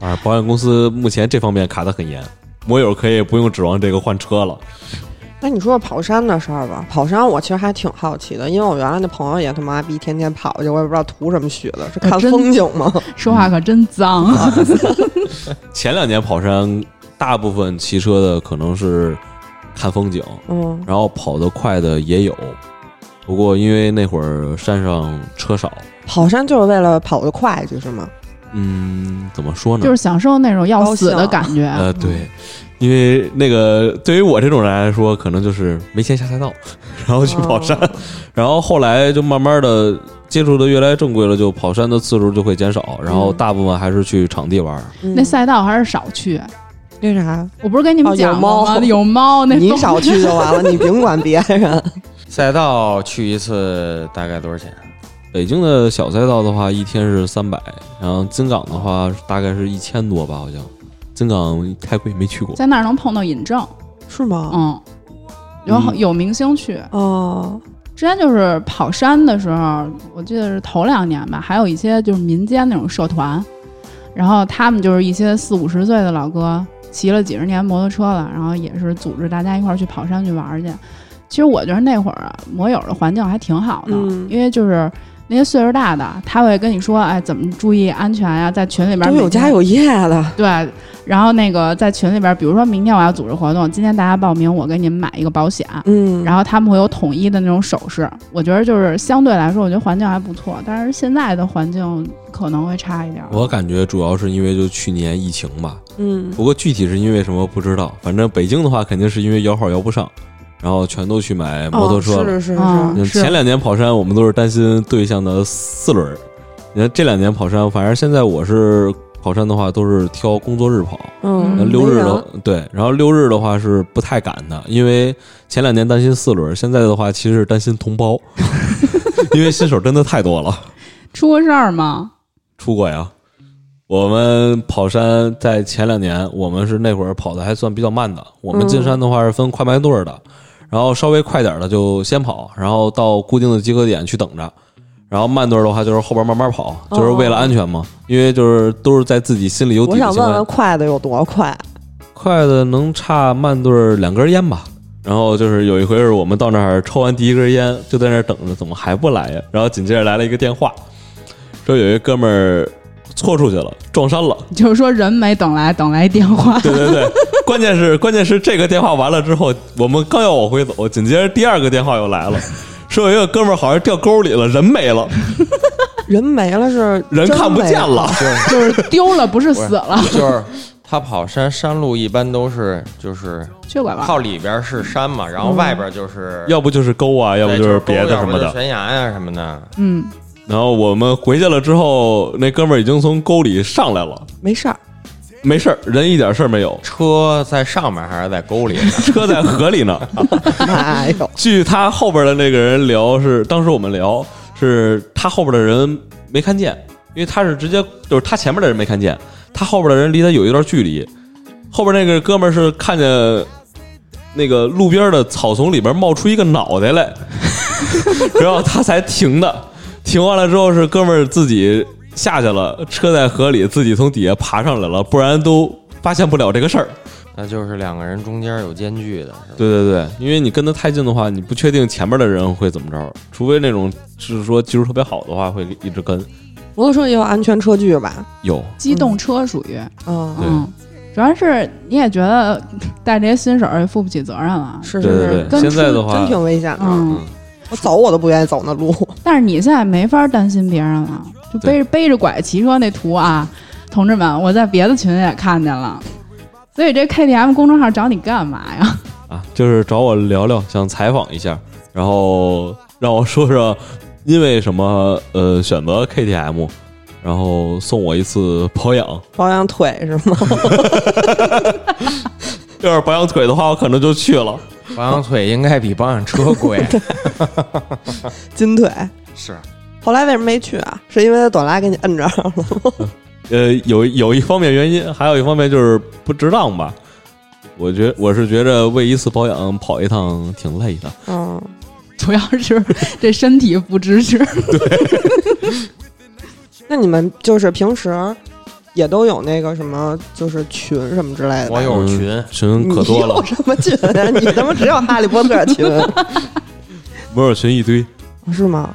啊，保险公司目前这方面卡得很严，摩友可以不用指望这个换车了。
那你说说跑山的事儿吧。跑山我其实还挺好奇的，因为我原来那朋友也他妈逼天天跑去，我也不知道图什么许的，是看
哦真
风景吗？
说话可真脏。
嗯
[laughs]
前两年跑山，大部分骑车的可能是看风景，
哦
嗯
然后跑得快的也有。不过因为那会儿山上车少，，
跑山就是为了跑得快，就是吗？
嗯，怎么说呢？
就是享受那种要死的感觉。
呃，对，因为那个对于我这种人来说，可能就是没钱下赛道，然后去跑山，
哦
然后后来就慢慢的接触的越来越正规了，就跑山的次数就会减少，然后
嗯
大部分还是去场地玩儿。
嗯
那赛道还是少去。
那啥，
我不是跟你们
哦
讲过吗？
有猫
[laughs] 有猫，那
你少去就完了，你甭管别人。
赛道去一次大概多少钱？
北京的小赛道的话，一天是三百，然后金港的话大概是一千多吧，好像。金港太贵没去
[laughs]
过，
在那儿能碰到尹正，
是吗？
嗯，有好
嗯
有明星去。
哦，
之前就是跑山的时候，我记得是头两年吧，还有一些就是民间那种社团，然后他们就是一些四五十岁的老哥，骑了几十年摩托车了，然后也是组织大家一块儿去跑山去玩儿去。其实我觉得那会儿啊，摩友的环境还挺好的，
嗯
因为就是那些岁数大的，他会跟你说，哎，怎么注意安全呀、在群里边
都
每
有
天
家有业的，
对，然后那个在群里边，比如说明天我要组织活动，今天大家报名，我给你们买一个保险，
嗯，
然后他们会有统一的那种手势。我觉得就是相对来说，我觉得环境还不错，但是现在的环境可能会差一点儿。
我感觉主要是因为就去年疫情吧，
嗯，
不过具体是因为什么不知道。反正北京的话，肯定是因为摇号摇不上，然后全都去买摩托车
哦
了。
是是是
嗯
是，
嗯
是
前两年跑山，我们都是担心对象的四轮儿。你看这两年跑山，反正现在我是跑山的话，都是挑工作日跑。
嗯
嗯，
六日
没
的
人
对，然后六日的话是不太敢的，因为前两年担心四轮，现在的话其实是担心同胞， [laughs] 因为新手真的太多了，
出过事儿吗？
出过呀。我们跑山在前两年，我们是那会儿跑的还算比较慢的，我们进山的话是分快慢队儿的，然后稍微快点儿的就先跑，然后到固定的集合点去等着。然后慢队儿的话，就是后边慢慢跑，就是为了安全嘛，因为就是都是在自己心里有底
哦我
的情
想
况
问
下
问快的有多快？
快的能差慢队儿两根烟吧。然后就是有一回是我们到那儿抽完第一根烟，就在那儿等着，怎么还不来呀？然后紧接着来了一个电话，说有一哥们儿错出去了，撞衫了。 [laughs]
就是说人没等来，等来电话，
对对对，关键是关键是这个电话完了之后，我们刚要往回走，紧接着第二个电话又来了，说有一个哥们儿好像掉沟里了，人没了，
人没了是
人
真
看不
没
见了。
就是丢了，不是死了，
就是他跑山，山路一般都是就是
缺拐
靠
弯。
里边是山嘛，然后外边就是
[laughs] 要不就是沟啊，要不
对
就是
是
别的
沟
什么
要不就是
的。
悬崖呀什么的。
嗯，
然后我们回去了之后，那哥们儿已经从沟里上来了，
没
[laughs]
事儿，
没事儿，人一点事儿没有，
车在上面还是在沟里？
车在河里呢。 [laughs]
哎呦，
据他后边的那个人聊是，当时我们聊是他后边的人没看见，因为他是直接就是他前面的人没看见，他后边的人离他有一段距离，后边那个哥们儿是看见那个路边的草丛里边冒出一个脑袋来， [laughs] 然后他才停的，停完了之后是哥们儿自己下去了，车在河里自己从底下爬上来了，不然都发现不了这个事儿。
那就是两个人中间有间距的，是吧？
对对对，因为你跟得太近的话，你不确定前面的人会怎么着，除非那种是说技术特别好的话，会一直跟。
摩托车也有安全车距吧？
有，
机动车属于，
嗯，
对
嗯，主要是你也觉得带这些新手儿也负不起责任了，
是
对
是
对
是，
对，
跟
现在的
真
话，
挺危险的。
嗯，
我走我都不愿意走那路。
但是你现在没法担心别人了，就背着背着拐骑车那图啊，同志们，我在别的群也看见了。所以这 KTM 公众号找你干嘛呀？
啊，就是找我聊聊，想采访一下，然后让我说说因为什么呃选择 KTM，然后送我一次保养。
保养腿是吗？ [laughs]
要是保养腿的话，我可能就去了。
保养腿应该比保养车
[laughs]
贵，
金腿。
是
后来为什么没去啊？是因为朵拉给你摁着了。 [laughs]
呃，有有一方面原因，还有一方面就是不值当吧。我觉我是觉着为一次保养跑一趟挺累的。
嗯，
主要是这身体不支持。
那你们就是平时也都有那个什么，就是群什么之类的吧？
我有群
嗯，群可
[laughs]
多
你有
了，
什么群啊？你他妈只有哈利波特群
摩尔群一堆，
是吗？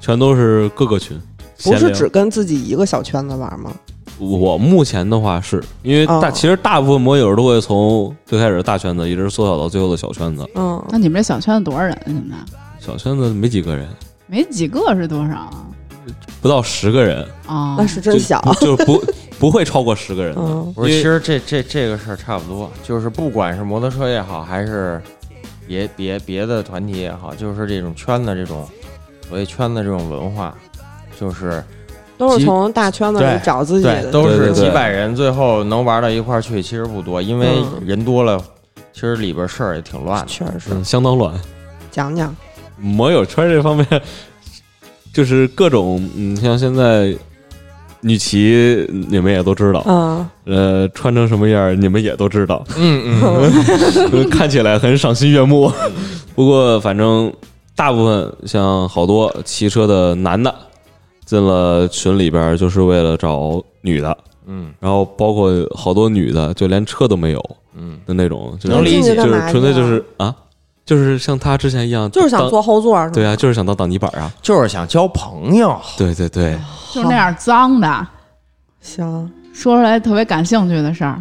全都是各个群。
不
闲
是
聊
只跟自己一个小圈子玩吗？
我目前的话是，因为大、
哦
其实大部分摩友都会从最开始的大圈子一直缩小到最后的小圈子，
嗯，
那你们这小圈子多少人啊？现在
小圈子没几个人，
没几个是多少啊？
不到十个人，
哦，
那是
就
真小。
[laughs] 就不不会超过十个人的。
嗯，
不是？
因为
其实这这这个事儿差不多，就是不管是摩托车也好，还是别别别的团体也好，就是这种圈子这种所谓圈子这种文化，就是
都是从大圈子里
对
找自己
对，
的。
都
对
是
对
几
对
百人，最后能玩到一块儿去，其实不多，因为
嗯
人多了，其实里边事儿也挺乱的。
确实
嗯，相当乱。
讲讲，
摩友圈这方面， [laughs] 就是各种，嗯，像现在女骑，你们也都知道，
嗯，
呃，穿成什么样儿你们也都知道，
嗯嗯，
看起来很赏心悦目。 [laughs] 不过，反正大部分像好多骑车的男的进了群里边儿，就是为了找女的，
嗯
然后包括好多女的就连车都没有
嗯，
的那种，就是
能理解
就是纯粹就
干嘛去
是啊，就是像他之前一样，
就是想
当
坐后座是吗，
对啊，就是想当挡泥板啊，
就是想交朋友。
对对对，
就是那样脏的，
行，
说出来特别感兴趣的事儿，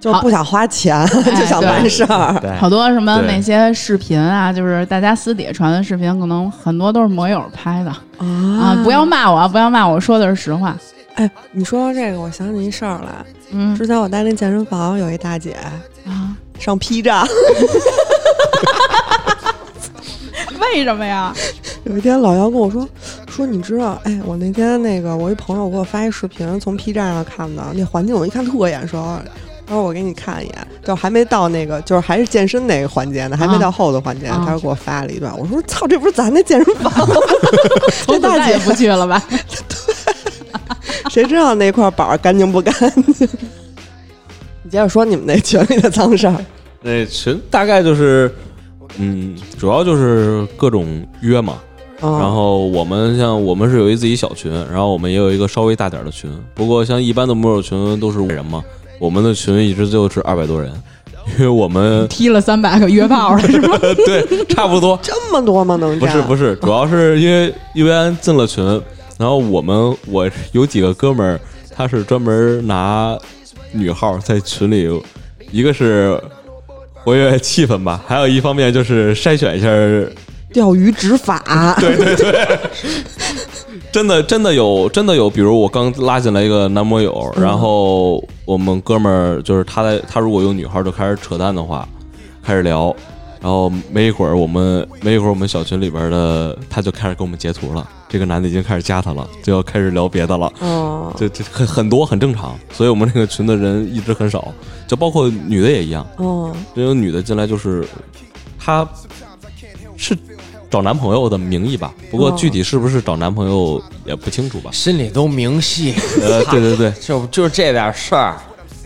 就是不想花钱， [laughs]
哎
就想办事儿。
哎对，
好多什么
对
那些视频啊，就是大家私底下传的视频，可能很多都是摩友拍的啊。不要骂我，啊，不要骂我，我说的是实话。
哎，你说到这个，我想起一事儿来。
嗯
之前我在那健身房有一大姐
啊，
上 P 站， [laughs]
为什么呀？
有一天老姚跟我说说你知道，哎，我那天那个我一朋友给我发一视频，从 P 站上看的，那环境我一看特眼熟。他说我给你看一眼，就还没到那个，就是还是健身那个环节呢，还没
啊
到后头环节。
啊
他就给我发了一段，我说操，这不是咱那健身房
[laughs]
吗？
从此再也不去了吧？
谁知道那块板儿干净不干净？ [laughs] 你接着说你们那群里的脏事儿。
那群大概就是，嗯，主要就是各种约嘛。
嗯、。
然后我们像我们是有一自己小群，然后我们也有一个稍微大点儿的群。不过像一般的摩友群都是五人嘛，我们的群一直就是二百多人，因为
[laughs]
我们
踢了三百个约炮了是
[laughs]
吗？
对差不多
这么多吗？能
不是不
是，啊
是，主要是因为因为安进了群，然后我们我有几个哥们儿，他是专门拿女号在群里，一个是活跃气氛吧，还有一方面就是筛选一下
钓鱼执法，
[laughs] 对对对，真的真的有真的有，比如我刚拉进来一个男模友，然后我们哥们儿就是他在他如果有女孩儿就开始扯淡的话，开始聊，然后没一会儿我们没一会儿我们小群里边儿的他就开始给我们截图了，这个男的已经开始加他了， [laughs] 就要开始聊别的了。
嗯，
就就很很多很正常，所以我们那个群的人一直很少，就包括女的也一样，
嗯，
这有女的进来就是，她是找男朋友的名义吧，不过
哦
具体是不是找男朋友也不清楚吧。
心里都明 [laughs] 细，
呃，对对对，
就就是这点事儿，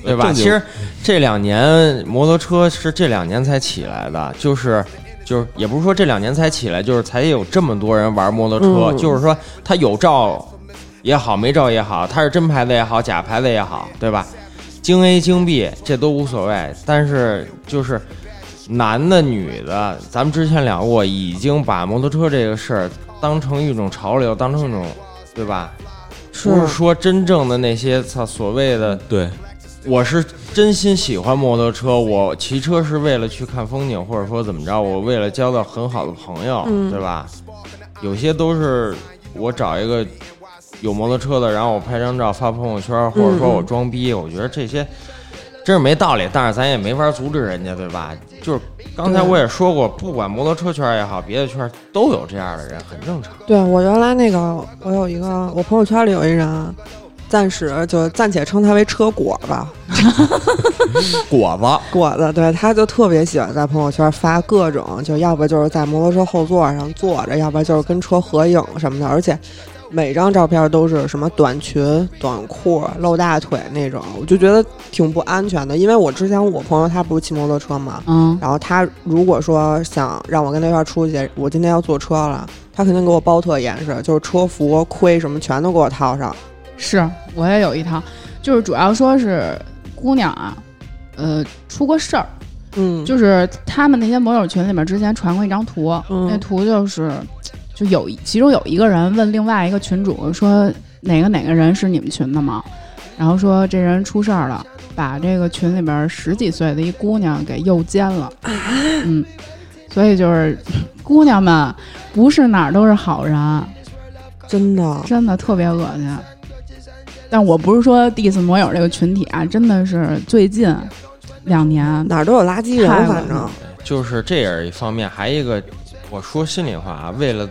对吧？
正经
其实这两年摩托车是这两年才起来的，就是就是也不是说这两年才起来，就是才有这么多人玩摩托车，
嗯
就是说他有照也好，没照也好，他是真牌子也好，假牌子也好，对吧？京 A 京 B 这都无所谓，但是就是男的女的，咱们之前聊过，已经把摩托车这个事儿当成一种潮流，当成一种对吧？
是
不是说真正的那些操所谓的，
呃对，
我是真心喜欢摩托车，我骑车是为了去看风景，或者说怎么着，我为了交到很好的朋友，
嗯
对吧？有些都是我找一个有摩托车的，然后我拍张照发朋友圈，或者说我装逼，我觉得这些真是没道理，但是咱也没法阻止人家，对吧？就是刚才
对
我也说过，不管摩托车圈也好，别的圈都有这样的人，很正常。
对我原来那个，我有一个，我朋友圈里有一人，暂时就暂且称他为车果吧，
果子，
果子，对，他就特别喜欢在朋友圈发各种，就要不就是在摩托车后座上坐着，要不然就是跟车合影什么的，而且每张照片都是什么短裙、短裤、露大腿那种，我就觉得挺不安全的。因为我之前我朋友他不是骑摩托车嘛，
嗯，
然后他如果说想让我跟他一块儿出去，我今天要坐车了，他肯定给我包特严实，就是车服、盔什么全都给我套上。
是我也有一套，就是主要说是姑娘啊，呃，出过事儿，
嗯，
就是他们那些摩友群里面之前传过一张图，
嗯
那图就是就有一其中有一个人问另外一个群主说哪个哪个人是你们群的吗？然后说这人出事儿了，把这个群里边十几岁的一姑娘给诱
[laughs]
奸了，嗯，所以就是姑娘们不是哪儿都是好人，
真的，
真的特别恶心。但我不是说 diss 摩友这个群体啊，真的是最近两年
哪儿都有垃圾人
太，恶
反
心
正
了
就是这也是一方面，还一个，我说心里话啊，为了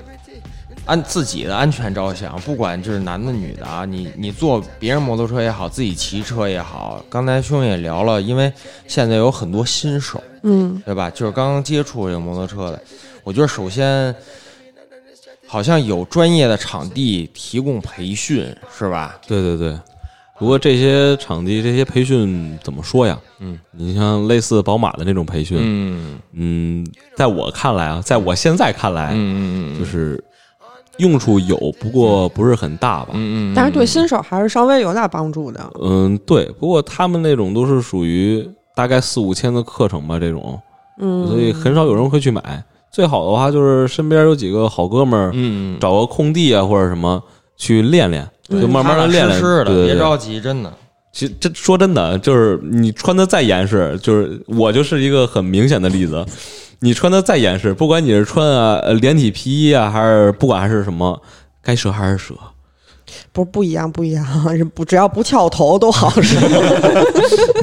按自己的安全着想，不管就是男的女的啊，你你坐别人摩托车也好，自己骑车也好，刚才兄也聊了，因为现在有很多新手，
嗯
对吧？就是刚刚接触这个摩托车的，我觉得首先好像有专业的场地提供培训，是吧？
对对对。不过这些场地这些培训怎么说呀？
嗯，
你像类似宝马的那种培训，
嗯
嗯，在我看来啊，在我现在看来，
嗯嗯嗯
就是用处有，不过不是很大吧。
嗯嗯，
但是对新手还是稍微有点帮助的。
嗯，对。不过他们那种都是属于大概四五千的课程吧，这种，
嗯，
所以很少有人会去买。最好的话就是身边有几个好哥们儿，
嗯嗯，
找个空地啊或者什么去练练，
对
就慢慢的练
踏
练。
踏实实
对
的，
对
别
对。
着急，真的。
其实这说真的，就是你穿的再严实，就是我就是一个很明显的例子。你穿的再严实，不管你是穿啊呃连体皮衣啊，还是不管是什么，该折还是折。
不不一样，不 [laughs] 一样，是不只要不翘头都好
[laughs]
使。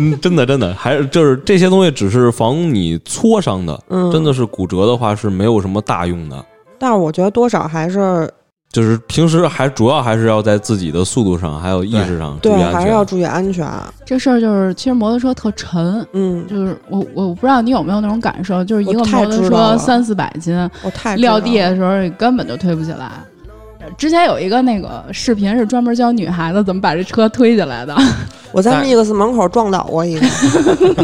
嗯，真的真的，还是就是这些东西只是防你挫伤的，
嗯，
真的是骨折的话是没有什么大用的。
但是我觉得多少还是
就是平时还主要还是要在自己的速度上，还有意识上注
对
意，安
还是要
全。
注意安全。
这事儿就是，其实摩托车特沉，
嗯，
就是我我我不知道你有没有那种感受，就是一个
我太
摩托
知道
车
了
三四百斤
我太知道
撂地的时候，你根本就推不起来。之前有一个那个视频是专门教女孩子怎么把这车推起来的， [laughs]
了我在
但
Mix 门口撞倒
[laughs]
过一个，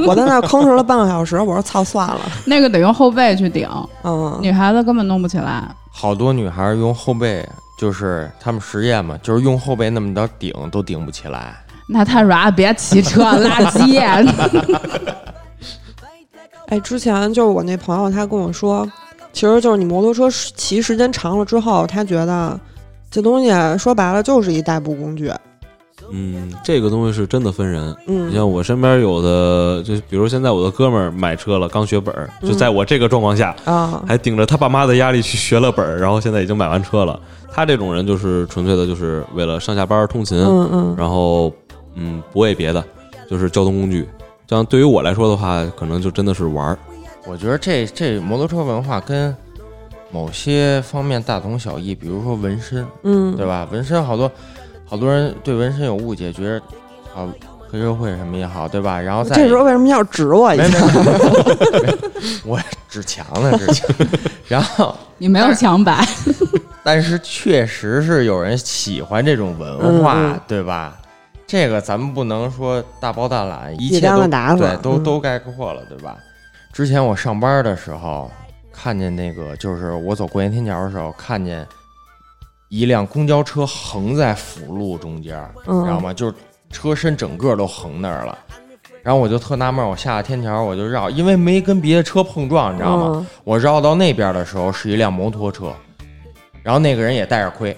我在那儿吭哧了半个小时，我说操，算了，
那个得用后背去顶，
嗯，
女孩子根本弄不起来。
好多女孩儿用后背，就是她们实验嘛，就是用后背那么着顶都顶不起来。
那太软，别骑车，垃
[laughs]
圾。啊
哎，之前就是我那朋友，他跟我说，其实就是你摩托车时骑时间长了之后，他觉得这东西说白了就是一代步工具，
嗯，这个东西是真的分人。你
嗯
像我身边有的，就比如现在我的哥们儿买车了，刚学本
嗯
儿，就在我这个状况下，
啊，
还顶着他爸妈的压力去学了本儿，然后现在已经买完车了。他这种人就是纯粹的，就是为了上下班儿通勤，
嗯嗯
然后嗯，不为别的，就是交通工具。这样对于我来说的话，可能就真的是玩儿。
我觉得这这摩托车文化跟某些方面大同小异，比如说纹身，
嗯
对吧？纹身好多好多人对纹身有误解，觉得啊黑社会什么也好，对吧？然后再
这时候为什么要指我一
哦没没
下？
没，我只强了只强，然后
你没有强白，
但是确实是有人喜欢这种文化，
嗯嗯
对吧？这个咱们不能说大包大揽，一
一
切
竿
都
子打死
对，都
嗯
都概括了，对吧？之前我上班的时候，看见那个就是我走过年天桥的时候，看见一辆公交车横在辅路中间，
嗯
你知道吗？就是车身整个都横那儿了。然后我就特纳闷儿，我下了天桥我就绕，因为没跟别的车碰撞，你知道吗？
嗯
我绕到那边的时候是一辆摩托车，然后那个人也带着盔，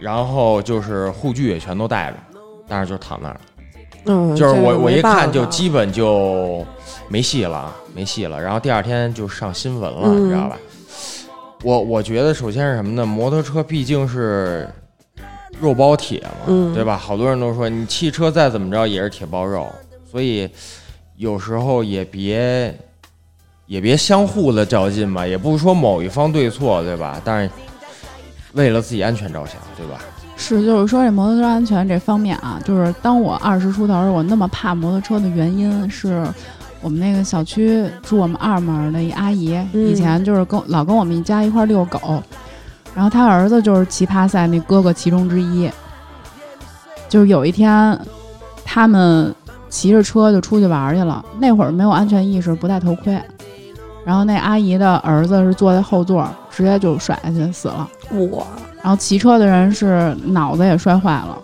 然后就是护具也全都带着，但是就躺那儿了，
嗯，
就是我
这个
我
没
一
办
看就
法
基本就没戏了啊，没戏了。然后第二天就上新闻了，
嗯
你知道吧？我我觉得首先是什么呢？摩托车毕竟是肉包铁嘛，
嗯
对吧？好多人都说你汽车再怎么着也是铁包肉，所以有时候也别也别相互的较劲吧，也不是说某一方对错，对吧？但是为了自己安全着想，对吧？
是，就是说这摩托车安全这方面啊，就是当我二十出头儿，我那么怕摩托车的原因是。我们那个小区住我们二门儿的一阿姨，
嗯
以前就是跟老跟我们一家一块儿遛狗，然后她儿子就是奇葩赛那哥哥其中之一。就是有一天，他们骑着车就出去玩儿去了，那会儿没有安全意识，不戴头盔，然后那阿姨的儿子是坐在后座儿，直接就甩下去死了。
我
然后骑车的人是脑子也摔坏了，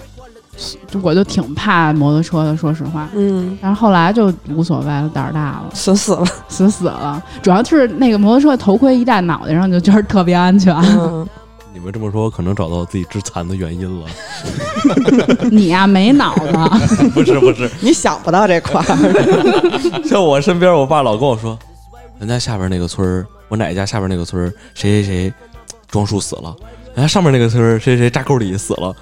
就我就挺怕摩托车的，说实话。
嗯
但是后来就无所谓了，胆儿大了，
死死了，
死死了。主要是那个摩托车头盔一戴脑袋上，就觉得特别
[laughs]
安全。
[laughs]
嗯
你们这么说，我可能找到自己致残的
[laughs]
原因了。
你呀、没脑子，
不是不是，
你想不到这块
哎
儿，
像我身边，我爸老跟我说，人家下边那个村儿，我奶家下边那个村儿，谁谁谁装树死了，人家上面那个村儿，谁谁谁扎沟里死了，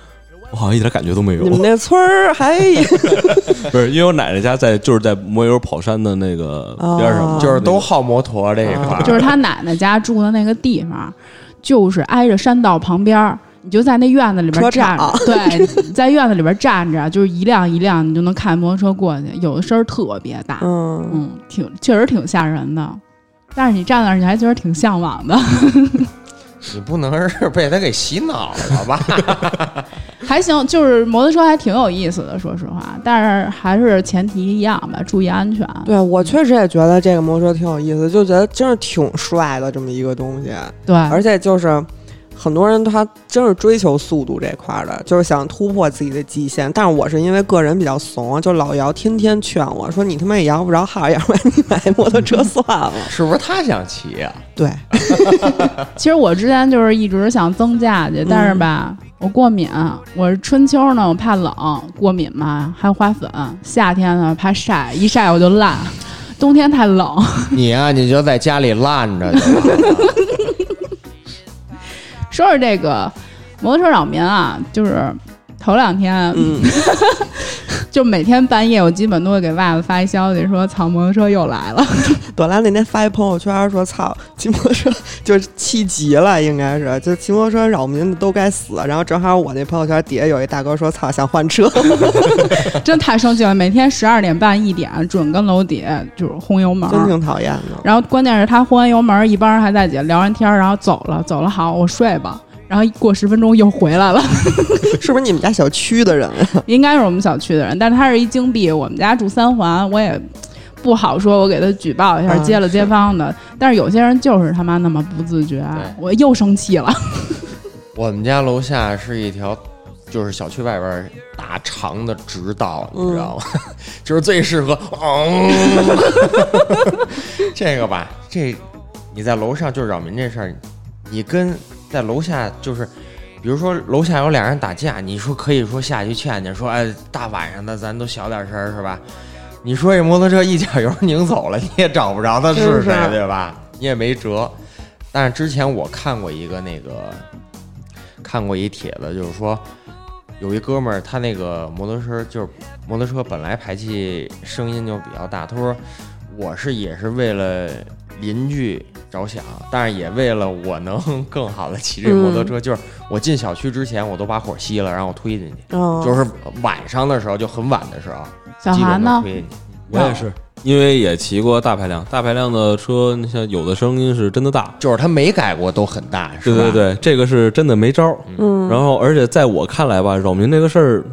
我好像一点感觉都没有
你。们那村儿还
[laughs]
[laughs]
不是，因为我奶奶家在就是在摩友跑山的那个边上嘛，
啊
就是都好摩托这一
啊
块儿，
就是他奶奶家住的那个地方，就是挨着山道旁边儿。你就在那院子里边
车
站着
场，
对，在院子里边站着，就是一辆一辆，你就能看摩托车过去，有的声儿特别大，
嗯
嗯，挺确实挺吓人的。但是你站那儿，你还觉得挺向往的。 [laughs]
你不能是被他给洗脑了 [laughs] 吧？
还行，就是摩托车还挺有意思的，说实话。但是还是前提一样吧，注意安全。
对我确实也觉得这个摩托车挺有意思，就觉得真是挺帅的这么一个东西，
对，
而且就是。很多人他真是追求速度这块儿的，就是想突破自己的极限。但是我是因为个人比较怂，就老姚天天劝我说：“你他妈也摇不着号，要不然你买 [laughs] 摩托车算了。
是不是他想骑啊？”
对，
其实我之前就是一直想增驾去，但是吧，我过敏，我是春秋呢，我怕冷，过敏嘛，还有花粉；夏天呢，怕晒，一晒我就烂；冬天太冷，
你呀、你就在家里烂着就完了
说说这个摩托车扰民啊，就是头两
嗯
天，
[laughs]
就每天半夜我基本都会给袜子发一消息说，草摩托车又来了。
朵拉那天发一朋友圈说：“操，骑摩托车就是气急了，应该是就骑摩托车扰民的都该死。”然后正好我那朋友圈底下有一大哥说：“操，想换车。
真太生气了，每天十二点半一点准跟楼底下就是轰油”门
真挺讨厌的。 [laughs]
然后关键是他轰完油门，一帮人还在底下聊完天儿，然后走了，走了好，我睡吧。然后一过十分钟又回来了，
是不是你们家小区的人？啊 [laughs]
应该是我们小区的人，但是他是一京 B，我们家住三环，我也不好说，我给他举报一下，
嗯
街了街坊的。但是有些人就是他妈那么不自觉，我又生气了。
[laughs] 我们家楼下是一条，就是小区外边儿大长的直道，你知道吗？ [laughs] 就是最适合，嗯， [laughs] 这个吧，这你在楼上就是扰民这事儿，你跟在楼下就是，比比如说楼下有俩人打架，你说可以说下去劝劝，说哎大晚上的咱都小点声儿是吧？你说这摩托车一脚油拧走了，你也找不着他
是
是
不
谁
是
对吧？你也没辙。但是之前我看过一个那个，看过一帖子，就是说有一哥们儿他那个摩托车就是摩托车本来排气声音就比较大，他说我是也是为了邻居着想，但是也为了我能 [laughs] 更好的骑这摩托车，就是我进小区之前我都把火熄了，然后我推进去，
嗯，
就是晚上的时候就很晚的时候，
小
基
韩
本
呢
能？推进去。
我也是，因为也骑过大排量，大排量的车，你像有的声音是真的大，
就是他没改过都很大，是
对
吧？
对对，这个是真的没招儿。
嗯，
然后，而且在我看来吧，扰民这个事儿，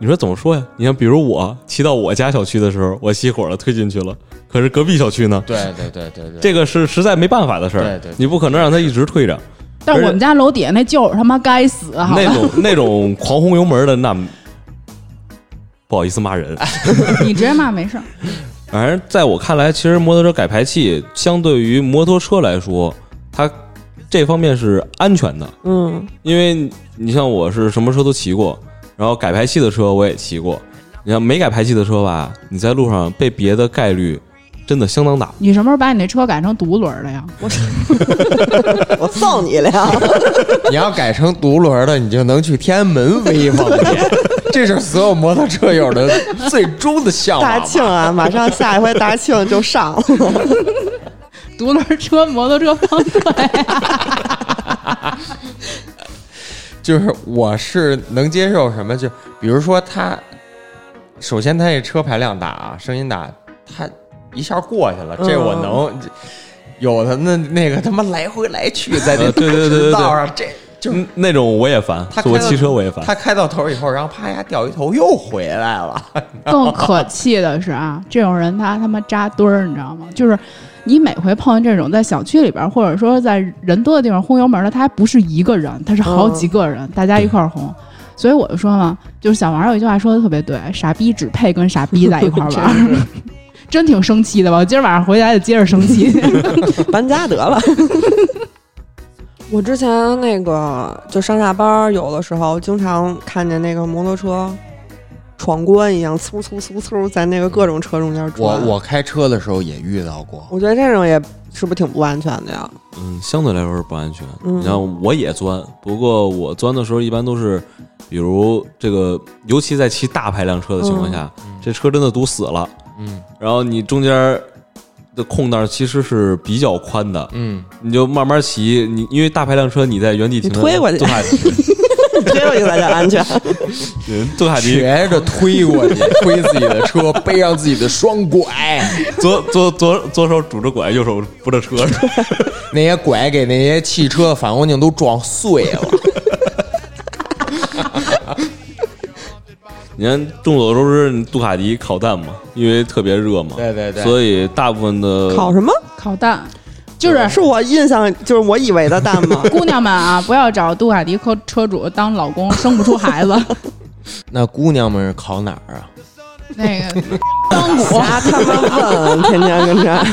你说怎么说呀？你像比如我骑到我家小区的时候，我熄火了，推进去了，可是隔壁小区呢？
对对对对对
这个是实在没办法的事儿，
对对对
你不可能让他一直推着。
但是我们家楼底下那舅儿他妈该死，好吧
那？种那种狂轰油门的，那不好意思骂
[laughs]
人。
[laughs] 你直接骂没事儿。
反正在我看来，其实摩托车改排气相对于摩托车来说，它这方面是安全的，
嗯
因为你像我是什么车都骑过，然后改排气的车我也骑过。你像没改排气的车吧，你在路上被别的概率真的相当大。
你什么时候把你那车改成独轮儿了呀？我
我揍你
[laughs]
俩！
你要改成独轮的，你就能去天安门威风 [laughs] 去。这是所有摩托车友的最终的向往
大
吧。
庆啊，马上下一回大庆就上了。
独轮车、摩托车方队，
就是我是能接受什么？就比如说他，首先他这车排量大啊，声音大，他一下过去了，
嗯
这我能。有的那那个他妈来回来去在那
呃对对对对对
道上，这就
嗯那种我也烦
他，开
我
到
骑车我也烦。
他开到头以后，然后啪呀掉一头又回来了。
更可气的是啊，这种人他他妈扎堆儿，你知道吗？就是你每回碰见这种在小区里边儿，或者说在人多的地方轰油门的，他还不是一个人，他是好几个人，大家一块儿轰。所以我就说嘛，就是小王有一句话说的特别对，傻逼只配跟傻逼在一块儿玩儿， [laughs] 真挺生气的吧？我今儿晚上回家就接着生气。
[laughs] 搬家得了。我之前那个就上下班儿，有的时候经常看见那个摩托车闯关一样，嗖嗖嗖嗖在那个各种车中间
我
转。
我开车的时候也遇到过，
我觉得这种也是不是挺不安全的呀？
嗯，相对来说是不安全。
嗯
你像我也钻，不过我钻的时候一般都是，比如这个，尤其在骑大排量车的情况下，这车真的堵死了，
嗯
然后你中间的空档其实是比较宽的，
嗯，
你就慢慢骑。你因为大排量车你在原地停，
你推过去
杜卡迪，
这个就才叫 [laughs] 安全。
杜卡迪
学着推过去，推自己的车，背上自己的双拐，
左左左左手拄着拐，右手扶着车，
那些拐给那些汽车的反光镜都撞碎了。
[laughs] 你看，众所周知，你杜卡迪烤蛋嘛，因为特别热嘛，
对对对
所以大部分的
烤什么？
烤蛋，就是？
是我印象就是我以为的蛋吗
姑娘们啊，不要找杜卡迪车车主当老公，生不出孩子。
那姑娘们是考哪儿啊？
[laughs] 那个
[laughs] 瞎他妈问，天天跟这儿。 [laughs]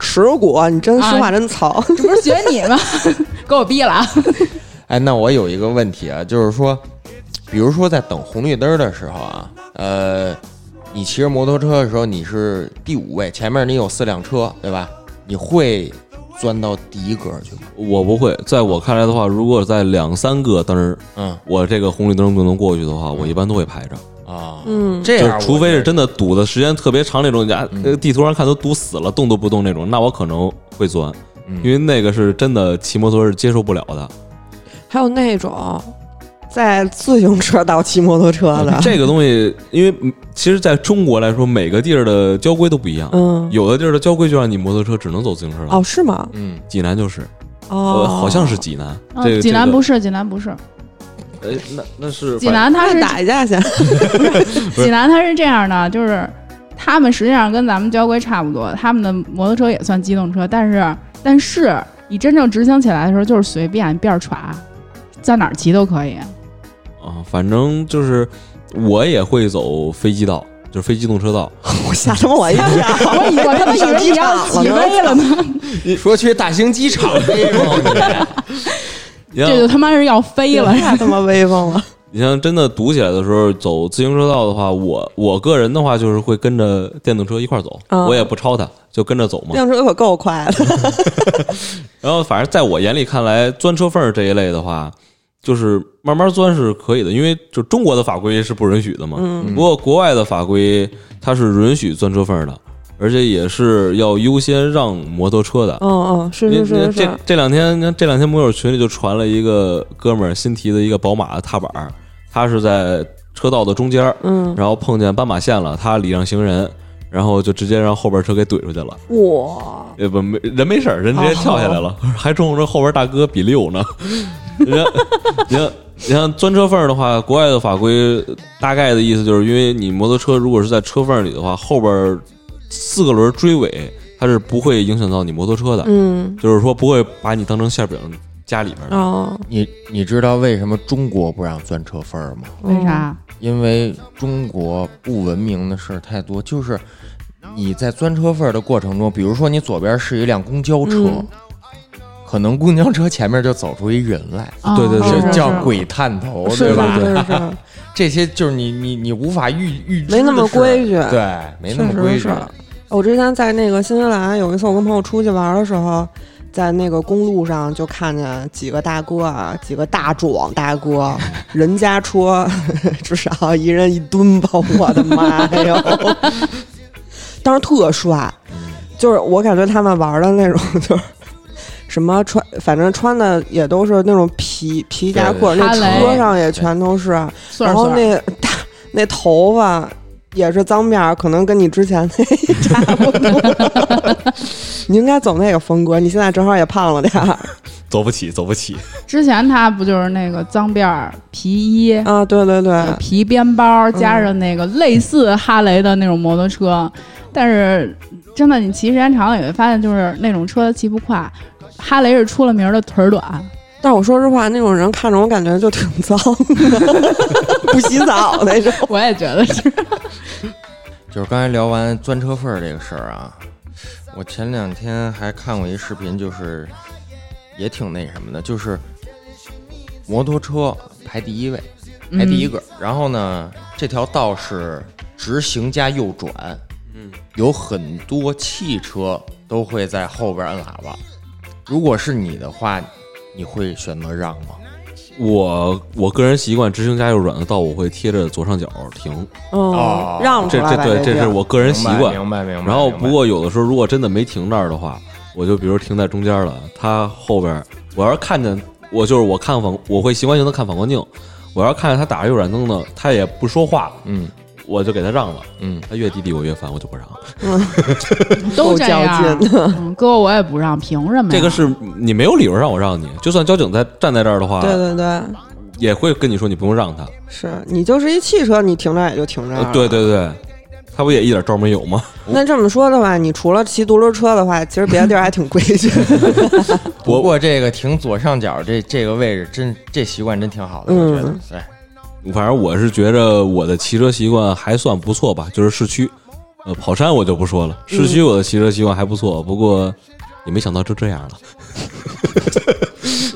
持股，啊你真说话真 [laughs] 糙。
这不是学你吗？ [laughs] 给我毙了啊！
哎，那我有一个问题啊，就是说，比如说在等红绿灯的时候啊，呃，你骑着摩托车的时候，你是第五位，前面你有四辆车，对吧？你会钻到第一格去吗？
我不会，在我看来的话，如果在两三个灯儿，
嗯
我这个红绿灯就能过去的话，我一般都会排着，
啊，
嗯
这
就
样我
除非
觉
是
得
真的堵的时间特别长那种，家
嗯
呃地图上看都堵死了，动都不动那种，那我可能会钻，
嗯
因为那个是真的骑摩托是接受不了的。
还有那种在自行车道骑摩托车 [laughs] 的，
[laughs] 这个东西，因为嗯其实在中国来说，每个地儿的交规都不一样，
嗯，
有的地儿的交规就让你摩托车只能走自行车道，
哦，是吗？
嗯，
济南就是，
哦，
呃，好像是济南，这
哦嗯济南不
是，
是，济南不是，
呃，那那是
济南它
那
是
打一架去。
济南它是这样的，就是他们实际上跟咱们交规差不多，他们的摩托车也算机动车，但是但是你真正执行起来的时候就是随便便儿耍，在哪儿骑都可以。
啊，反正就是我也会走非机道，就是非机动车道。
我吓他妈我一跳！
[laughs]
我以为我他妈以为你要起飞了呢。
说去大兴机场那种，
你 [laughs]
这就
像
他妈是要飞了。
太他妈威风了。
你像真的堵起来的时候，走自行车道的话，我我个人的话就是会跟着电动车一块儿走，
啊
我也不超它，就跟着走嘛。
电车可够快的，
然后反正在我眼里看来，钻车缝儿这一类的话，就是慢慢钻是可以的，因为就中国的法规是不允许的嘛。
嗯
不过国外的法规它是允许钻车缝儿的，而且也是要优先让摩托车的。
嗯嗯，是是
因为
是是
这
是，
这两天这两天摩友群里就传了一个哥们儿新提的一个宝马的踏板儿，他是在车道的中间儿，
嗯，
然后碰见斑马线了，他礼让行人，然后就直接让后边车给怼出去了。
哇，
呃，不，没人没事儿，人直接跳下来了，哦还冲着后边大哥比六呢。 [laughs] 人家，你像你像钻车缝儿的话，国外的法规大概的意思就是，因为你摩托车如果是在车缝里的话，后边四个轮追尾，它是不会影响到你摩托车的，
嗯，
就是说不会把你当成馅饼夹里面的。
哦，
[laughs] 你你知道为什么中国不让钻车缝儿吗？
为啥？
因为中国不文明的事儿太多，就是你在钻车缝儿的过程中，比如说你左边是一辆公交车，
嗯
可能公交车前面就走出一人来，
啊
对对对
哦是
这
是
叫鬼探头，
是？是
对吧？
是
[laughs]
是，
这些就是你你你无法预预知的
没那么
事儿
规矩
对，没那么
确
规
实
矩
是。。我之前在那个新西兰有一次，我跟朋友出去玩的时候，在那个公路上就看见几个大哥啊，几个大壮大哥，人家车 [laughs] 至少一人一吨吧，我的妈哟！ [laughs] 当时特帅，就是我感觉他们玩的那种就是。什么穿，反正穿的也都是那种皮皮夹克，那
对
对
对哈
车
雷
上也全都是。
岁
然后
数
那大那头发也是脏辫儿，可能跟你之前那 [laughs] 差不多。你应该走那个风格，你现在正好也胖了点儿
走不起，走不起。
之前他不就是那个脏辫儿皮衣、
啊！对对对，
有皮鞭包，加上那个类似哈雷的那种摩托车，但是真的你骑时间长了也会发现，就是那种车骑不快。哈雷是出了名儿的腿儿短，
但我说实话，那种人看着我感觉就挺脏的， [laughs] 不洗澡那种。
我也觉得是。
就是刚才聊完钻车缝儿这个事儿啊，我前两天还看过一视频，就是也挺那什么的，就是摩托车排第一位，排第一个。然后呢，这条道是直行加右转，
嗯，
有很多汽车都会在后边摁喇叭。如果是你的话，你会选择让吗？
我我个人习惯直行加右转的道，我会贴着左上角停，
嗯
哦，
让出
这
来
这
吧
对，这
地儿
是我个人习惯。
明白明白。明白
然后不过有的时候如果真的没停那儿的话，我就比如停在中间了，它后边儿我要是看见我就是我看反我会习惯性的看反光镜，我要是看见他打着右转灯呢，他也不说话，
嗯
我就给他让了。
嗯，
他越滴滴我越烦，我就不让。
都
够
这样
较劲，
嗯哥我也不让，凭什么呀？
这个是你没有理由让我让你，就算交警在站在这儿的话，
对对对，
也会跟你说你不用让他。
是你就是一汽车，你停这儿也就停这儿
呃
了。
对对对，他不也一点招没有吗？ [laughs]
那这么说的话，你除了骑独轮车的话，其实别的地儿还挺规矩。
[laughs]
不过这个停左上角这这个位置真这习惯真挺好的，我觉得
嗯。
对，
反正我是觉着我的骑车习惯还算不错吧，就是市区，呃，跑山我就不说了，
嗯
市区我的骑车习惯还不错，不过也没想到就这样
[laughs]
了。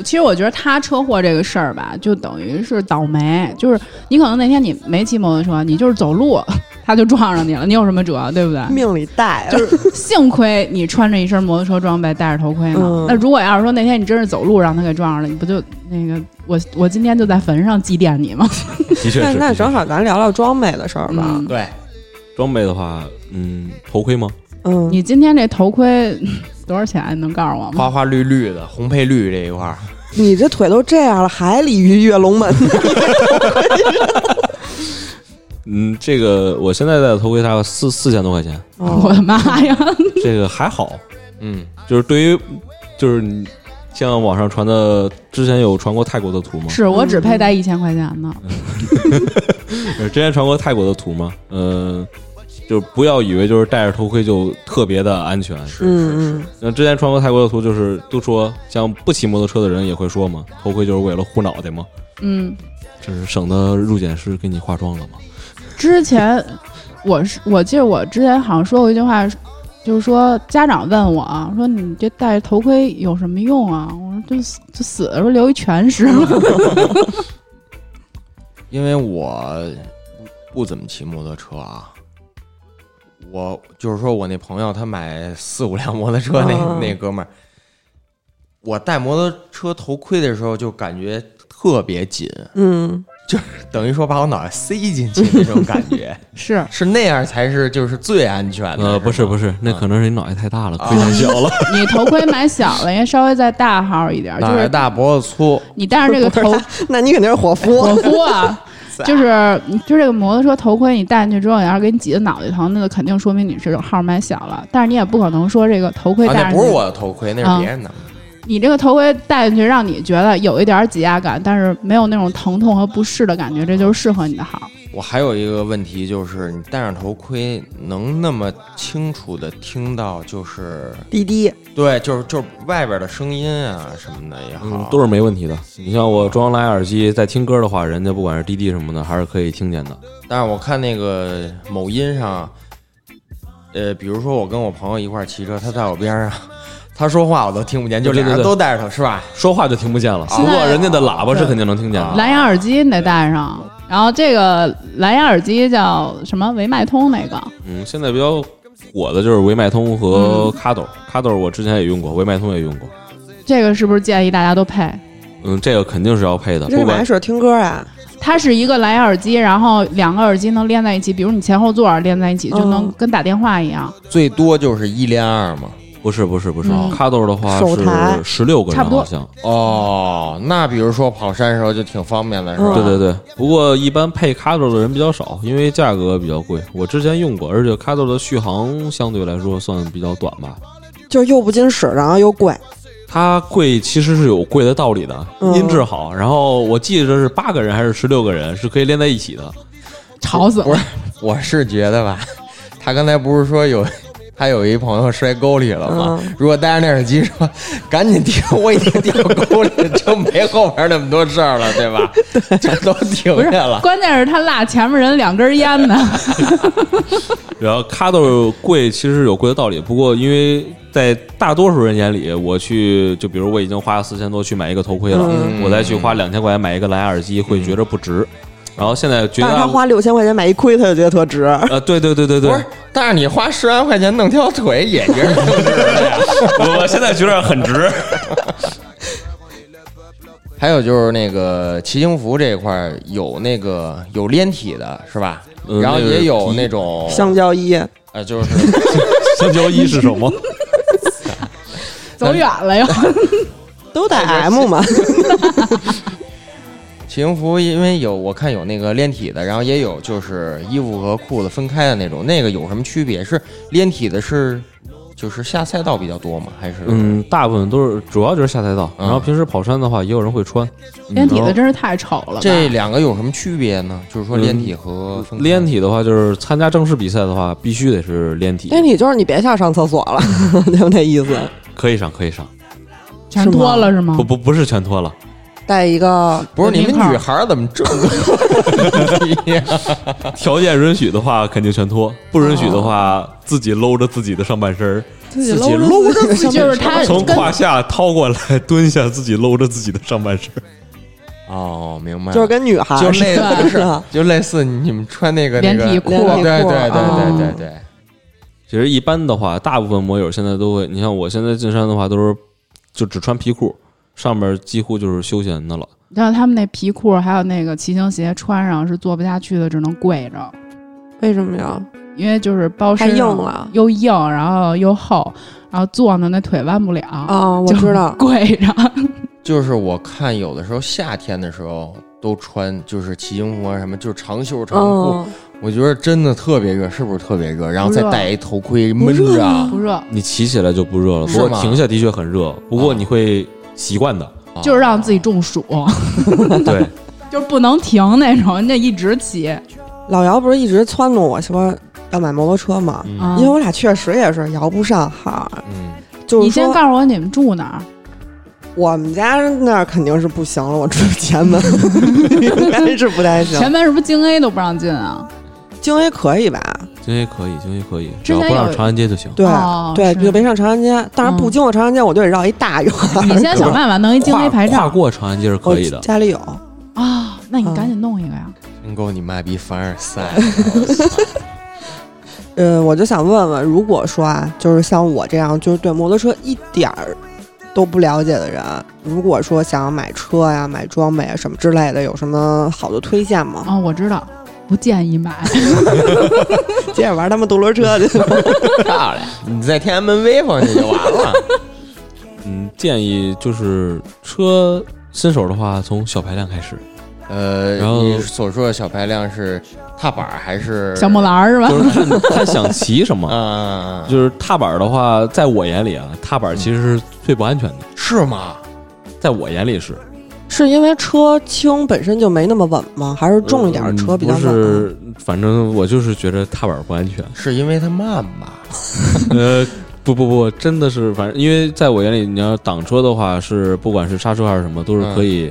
其实我觉得他车祸这个事儿吧，就等于是倒霉，就是你可能那天你没骑摩托车，你就是走路， [laughs] 他就撞上你了，你有什么辙，对不对？
命里带啊
就是幸亏你穿着一身摩托车装备，戴着头盔呢。
嗯
那如果要是说那天你真是走路让他给撞上了，你不就那个我我今天就在坟上祭奠你吗？
的确是。
那
的
那
确
正
是
好咱聊聊装备的事儿吧。
嗯
对，
装备的话，嗯，头盔吗？
嗯，
你今天这头盔多少钱？你能告诉我吗？
花花绿绿的，红配绿这一块儿，
你这腿都这样了，还鲤鱼跃龙 [laughs] 门？
嗯，这个我现在戴的头盔大概四四千多块钱，
哦
我的妈呀！
这个还好，
嗯，
就是对于就是你像网上传的，之前有传过泰国的图吗？
是我只佩戴一千块钱的，
呃之前传过泰国的图吗？嗯、就不要以为就是戴着头盔就特别的安全，
是是
嗯
是，
那之前传过泰国的图，就是都说像不骑摩托车的人也会说嘛，头盔就是为了护脑袋嘛，
嗯。
就是省得入殓师给你化妆了嘛。
之前我是我记得我之前好像说过一句话，就是说家长问我啊，说你这戴着头盔有什么用啊？我说就死就死的时候留一
[laughs]
全尸嘛。
因为我不不怎么骑摩托车啊，我就是说我那朋友他买四五辆摩托车那、
哦
那哥们儿，我戴摩托车头盔的时候就感觉特别紧，
嗯，
等于说把我脑袋塞进去那种感觉，
是
是那样才是就是最安全的。
呃，不是
是吗
不是，那可能是你脑袋太大了，
啊
亏太小了。
你头盔买小了，应该稍微再大号一点，就
脑袋
是
大脖子粗，
你戴上这个
[laughs]
头
那你肯定是火夫
我。夫啊，就是就是这个摩托车头盔，你戴进去之后，你要是给你挤得脑袋疼，那就肯定说明你这种号买小了。但是你也不可能说这个头盔
啊，
戴上
那
去，
不是我的头盔，那
啊
是别人的。
你这个头盔戴进去，让你觉得有一点挤压感，但是没有那种疼痛和不适的感觉，这就是适合你的号。
我还有一个问题就是，你戴上头盔能那么清楚的听到，就是
滴滴，
对，就是就是外边的声音啊什么的也
[laughs]
好，
嗯，都是没问题的。你像我装蓝牙耳机在听歌的话，人家不管是滴滴什么的，还是可以听见的。
但是我看那个某音上，呃，比如说我跟我朋友一块儿骑车，他在我边上，他说话我都听不见，就
对对
俩人
对
都戴着头是吧？
说话就听不见了，
现
不
在啊
过人家的喇叭是肯定能听见
啊
的。
蓝牙耳机你得戴上，然后这个蓝牙耳机叫什么维麦通那个，
嗯，现在比较火的就是维麦通和卡斗，卡斗我之前也用过，维麦通也用过。
这个是不是建议大家都配？
嗯，这个肯定是要配的，
这
不
是买
管
水听歌啊？
它是一个蓝牙耳机，然后两个耳机能连在一起，比如你前后座连在一起，就能
嗯
跟打电话一 [laughs] 样。
最多就是一连二嘛。
不是不是不是
嗯，
卡斗的话
手台
是十六个
差
人
不多
好像。
哦，那比如说跑山的时候就挺方便的，是吧？
对对对，不过一般配卡斗的人比较少，因为价格比较贵。我之前用过，而且卡斗的续航相对来说算比较短吧。
就是又不禁使，然后又贵。
它贵其实是有贵的道理的，
嗯
音质好。然后我记着是八个人还是十六个人是可以连在一起的。
吵死
不
了
是！我是觉得吧，他刚才不是说有他有一朋友摔沟里了吗？
嗯
如果戴上那耳机说赶紧停，我已经掉沟里了，就没后边那么多事儿了，对吧？就都停
不是
下，了。
关键是他落前面人两根烟 [laughs] 呢。
然后卡豆贵其实是有贵的道理，不过因为在大多数人眼里，我去就比如我已经花了四千多去买一个头盔了，
嗯
我再去花两千块钱买一个蓝牙耳机，会觉着不值。然后现在绝
但是
嗯大
他花六千块钱买一盔，他就觉得特值。
呃，对对对对对
不，是，但是你花十万块钱弄条腿也觉得挺值的呀。
我我现在觉得很值。
[laughs] 还有就是那个骑行服这一块儿有那个有连体的是吧？
嗯
然后
那个
也有
皮
那种
橡胶衣，
呃，就是
橡胶衣是什么？
走远了又，
都带 M [laughs] 嘛。
骑行服，因为有我看有那个连体的，然后也有就是衣服和裤子分开的那种，那个有什么区别？是连体的是就是下赛道比较多吗？还是
嗯，大部分都是主要就是下赛道，
嗯
然后平时跑山的话也有人会穿。
嗯连体
然
的
后
真是太丑了吧。
这两个有什么区别呢？就是说嗯连体和分开
连体的话，就是参加正式比赛的话，必须得是连体，
哎那你就是你别想上厕所了， [laughs] 就那意思。
可以上可以上，
全脱了是吗
不？不不是全脱了。
带一个
不是你
领口
们女孩儿怎么这么多呀？
条件允许的话，肯定全脱；不允许的话，自己搂着自己的上半身儿，
自
己
搂着
己就是他
从
跟
胯下掏过来，蹲下，自己搂着自己的上半身儿。
[laughs] 哦，明白了，
就是跟女孩
就
似
类
的 [laughs]
似
是吧啊
就类似你们穿那个那个
连体裤
对对
连体裤啊
对对对
哦
对对，
其实一般的话，大部分摩友现在都会，你像我现在进山的话，都是就只穿皮裤，上面几乎就是休闲的了。
你知道他们那皮裤还有那个骑行鞋穿上是坐不下去的，只能跪着，
为什么呀？
因为就是包
太
身
硬
上
了
又硬，然后又厚，然后坐呢那腿弯不了啊，
啊，我
就
知
[laughs]
道，
跪着。
就是我看有的时候夏天的时候都穿就是骑行服啊什么，就是长袖长裤。
嗯，
我觉得真的特别热，是不是特别热？然后再戴一头盔
不
闷
热
着
啊
啊，
不热，
你骑起来就不热了，
是
不过
吗
停下的确很热，不过
啊
你会习惯的。
就是让自己中暑， [laughs]
对，
就是不能停那种，人家一直骑。
老姚不是一直撺掇我说要买摩托车吗？
啊
因为我俩确实也是摇不上号，
嗯，
就是
你先
说
告诉我你们住哪儿？
我们家那儿肯定是不行了，我住前门应该是不太行
前。门是不是京 A 都不让进啊？
京 A 可以吧？
京 A 可以，京 A 可以，只
之前
要不
有
上长安街就行。
对、
哦
对，
是嗯
就别上长安街，但是不经过长安街，我就得绕一大圆儿。
你先想办法弄一京 A 牌
跨
照
过长安街是嗯可以的
我。家里有，
啊，那
嗯
你赶紧弄一个呀。
真够你妈逼凡尔
[laughs]
赛！
呃，我就想问问，如果说啊，就是像我这样，就是对摩托车一点儿都不了解的人，如果说想要买车呀、买装备啊什么之类的，有什么好的推荐吗？ [laughs]
啊，我知道，不建议买。
接着玩他们独轮车去。
漂亮，你在天安门威风去就完
[laughs]
了。
嗯，建议就是车新手的话，从小排量
[laughs]
开始，
呃，
然后
你所说的小排量是踏板儿还是
小木兰儿是吧？
就是看看想骑什么。
啊？
就是踏板的话，在我眼里啊，踏板其实是最不安全的，
是吗？
在我眼里是
是因为车轻本身就没那么稳吗？还是重一点的车比较啊
嗯
稳？
不是，反正我就是觉得踏板不安
[laughs]
全。
是因为它慢吧？
呃，不不不，真的是，反正因为在我眼里，你要挡车的话，是不管是刹车还是什么，都是可以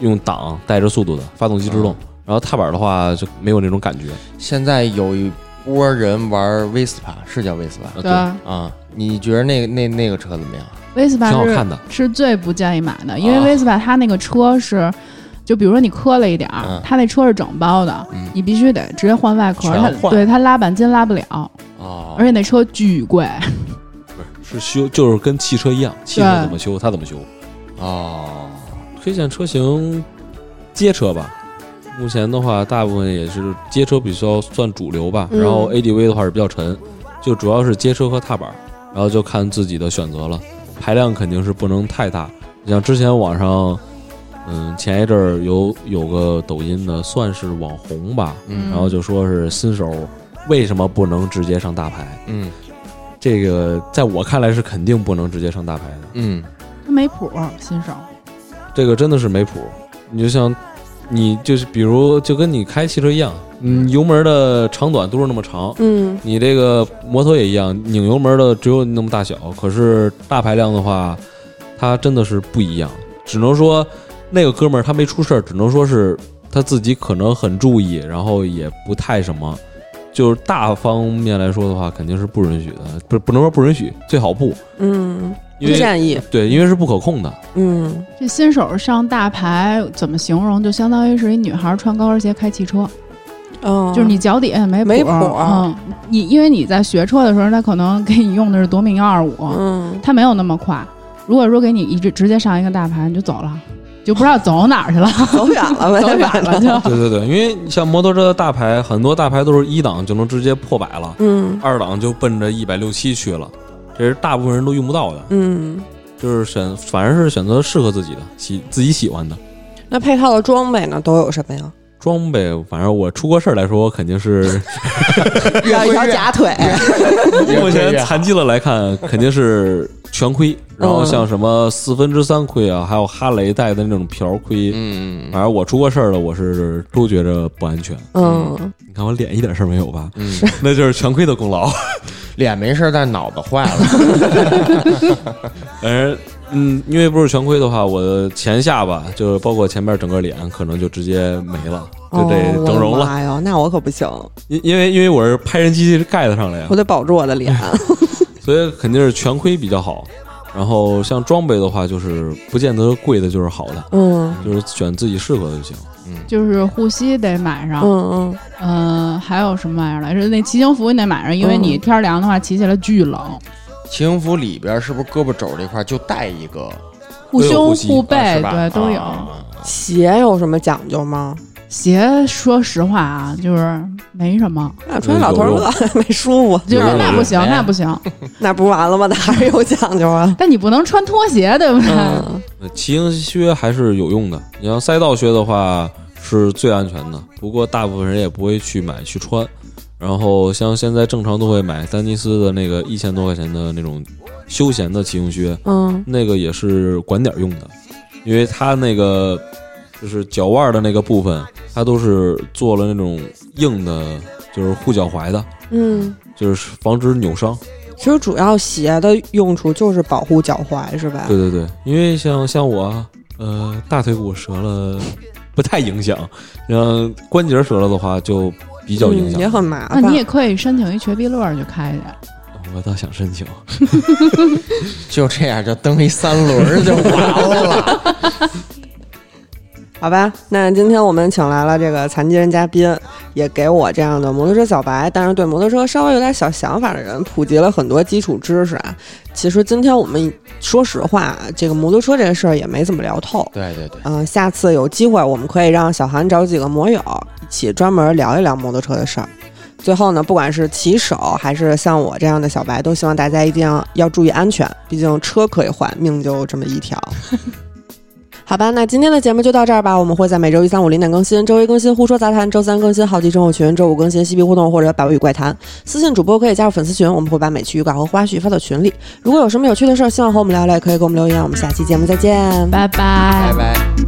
用挡带着速度的，发动机制动。然后踏板的话就没有那种感觉。
现在有一波人玩威斯帕，是叫威斯帕
呃
对，
啊？你觉得那那那个车怎么样？
威斯巴
挺好
是
看的
是最不建议买的，因为
啊
威斯巴它那个车是，就比如说你磕了一点儿
嗯，
它那车是整包的
嗯，
你必须得直接换外壳，
全
它
换
对它拉钣金拉不了，
哦
而且那车巨贵。
是修，就是跟汽车一样，汽车怎么修它怎么修。啊
哦，
推荐车型街车吧，目前的话大部分也是街车比较算主流吧，
嗯
然后 ADV 的话是比较沉，就主要是街车和踏板，然后就看自己的选择了，排量肯定是不能太大。你像之前网上，嗯，前一阵儿有有个抖音的算是网红吧，
嗯
然后就说是新手为什么不能直接上大牌，
嗯
这个在我看来是肯定不能直接上大牌的。
嗯，
它没谱，新手。
这个真的是没谱。你就像，你就是比如就跟你开汽车一样，嗯，油门的长短都是那么长，
嗯，
你这个摩托也一样，拧油门的只有那么大小。可是大排量的话，它真的是不一样，只能说那个哥们儿他没出事儿，只能说是他自己可能很注意，然后也不太什么。就是大方面来说的话，肯定是不允许的，不不能说不允许，最好不，
嗯，不
因为
建议。
对，因为是不可控的。
嗯，
这新手上大牌怎么形容？就相当于是一女孩穿高跟鞋开汽车，
哦，
就是你脚底下没
没谱
嗯，你因为你在学车的时候，他可能给你用的是夺命幺二五，
嗯，
它没有那么快。如果说给你一直直接上一个大盘，你就走了，就不知道走哪儿去了，
走远了呗，
走远了就。
[laughs] 对对对，因为你像摩托车的大牌，很多大牌都是一档就能直接破百了，
嗯
二档就奔着一百六七去了，这是大部分人都用不到的，
嗯，
就是选反而是选择适合自己的、喜自己喜欢的
那配套的装备呢，都有什么呀？
装备。反正我出过事儿来说，我肯
[laughs]
定是
要一条假腿。
目前
啊
残疾了来
[laughs]
看，肯定是全盔，然
嗯
后像什么四分之三盔啊，还有哈雷带的那种瓢盔，
嗯
反正我出过事儿了，我是都觉着不安全。
嗯，
你看我脸一点事儿没有吧？
嗯，
[laughs] 那就是全盔的功劳。
脸没事儿，但脑子坏了。
而嗯，因为不是全盔的话，我的前下巴就是包括前面整个脸，可能就直接没了，嗯就得整
哦
容
我的
了。
妈呀，那我可不行，
因、因为因为我是拍人机盖子上来呀啊
我，得保住我的
[laughs]
脸。
所以肯定是全盔比较好。然后像装备的话，就是不见得贵的就是好的，
嗯
就是选自己适合的就行。
嗯
就是护膝得买上，
嗯
嗯、还有什么玩意儿来着？那骑行服你得买上，因为你天儿凉的话骑起来巨冷。
骑行服里边是不是胳膊肘这块就带一个？
护
都有
胸
护、膝
护
啊
背，
是吧
对，都有。
啊啊啊
嗯，鞋有什么讲究吗？
鞋，说实话啊，就是没什么，
呃
那哎穿老头乐 [laughs] 没舒服，
就是
有
那不行，
有
那不行。
那不完了吗？那还是有讲究啊。
但你不能穿拖鞋，对不对？
嗯
那骑行靴还是有用的，你像赛道靴的话是最安全的，不过大部分人也不会去买去穿。然后像现在正常都会买丹尼斯的那个一千多块钱的那种休闲的骑行靴，
嗯
那个也是管点儿用的，因为它那个就是脚腕儿的那个部分，它都是做了那种硬的，就是护脚踝的，
嗯，
就是防止扭伤。
其实主要鞋的用处就是保护脚踝，是吧？
对对对，因为像像我啊，呃，大腿骨折了不太影响，嗯，关节折了的话就比比较影
嗯
响。
也很麻
那
烦。
啊你也可以申请一瘸逼乐去开去，
我倒想申请，
就这样就蹬一三轮儿就完了。 [laughs]
好吧，那今天我们请来了这个残疾人嘉宾，也给我这样的摩托车小白，但是对摩托车稍微有点小想法的人，普及了很多基础知识啊。其实今天我们说实话，这个摩托车这事儿也没怎么聊透。
对对对，
嗯、下次有机会我们可以让小韩找几个摩友一起专门聊一聊摩托车的事儿。最后呢，不管是骑手还是像我这样的小白，都希望大家一定要要注意安全，毕竟车可以换，命就这么一条。好吧，那今天的节目就到这儿吧。我们会在每周一、三、五零点更新，周一更新《胡说杂谈》，周三更新《好奇症候群》，周五更新《嬉皮互动》或者《百味与怪谈》。私信主播可以加入粉丝群，我们会把每期预告和花絮发到群里。如果有什么有趣的事儿，希望和我们聊聊，也可以给我们留言。我们下期节目再见，拜。
拜
拜
拜
拜。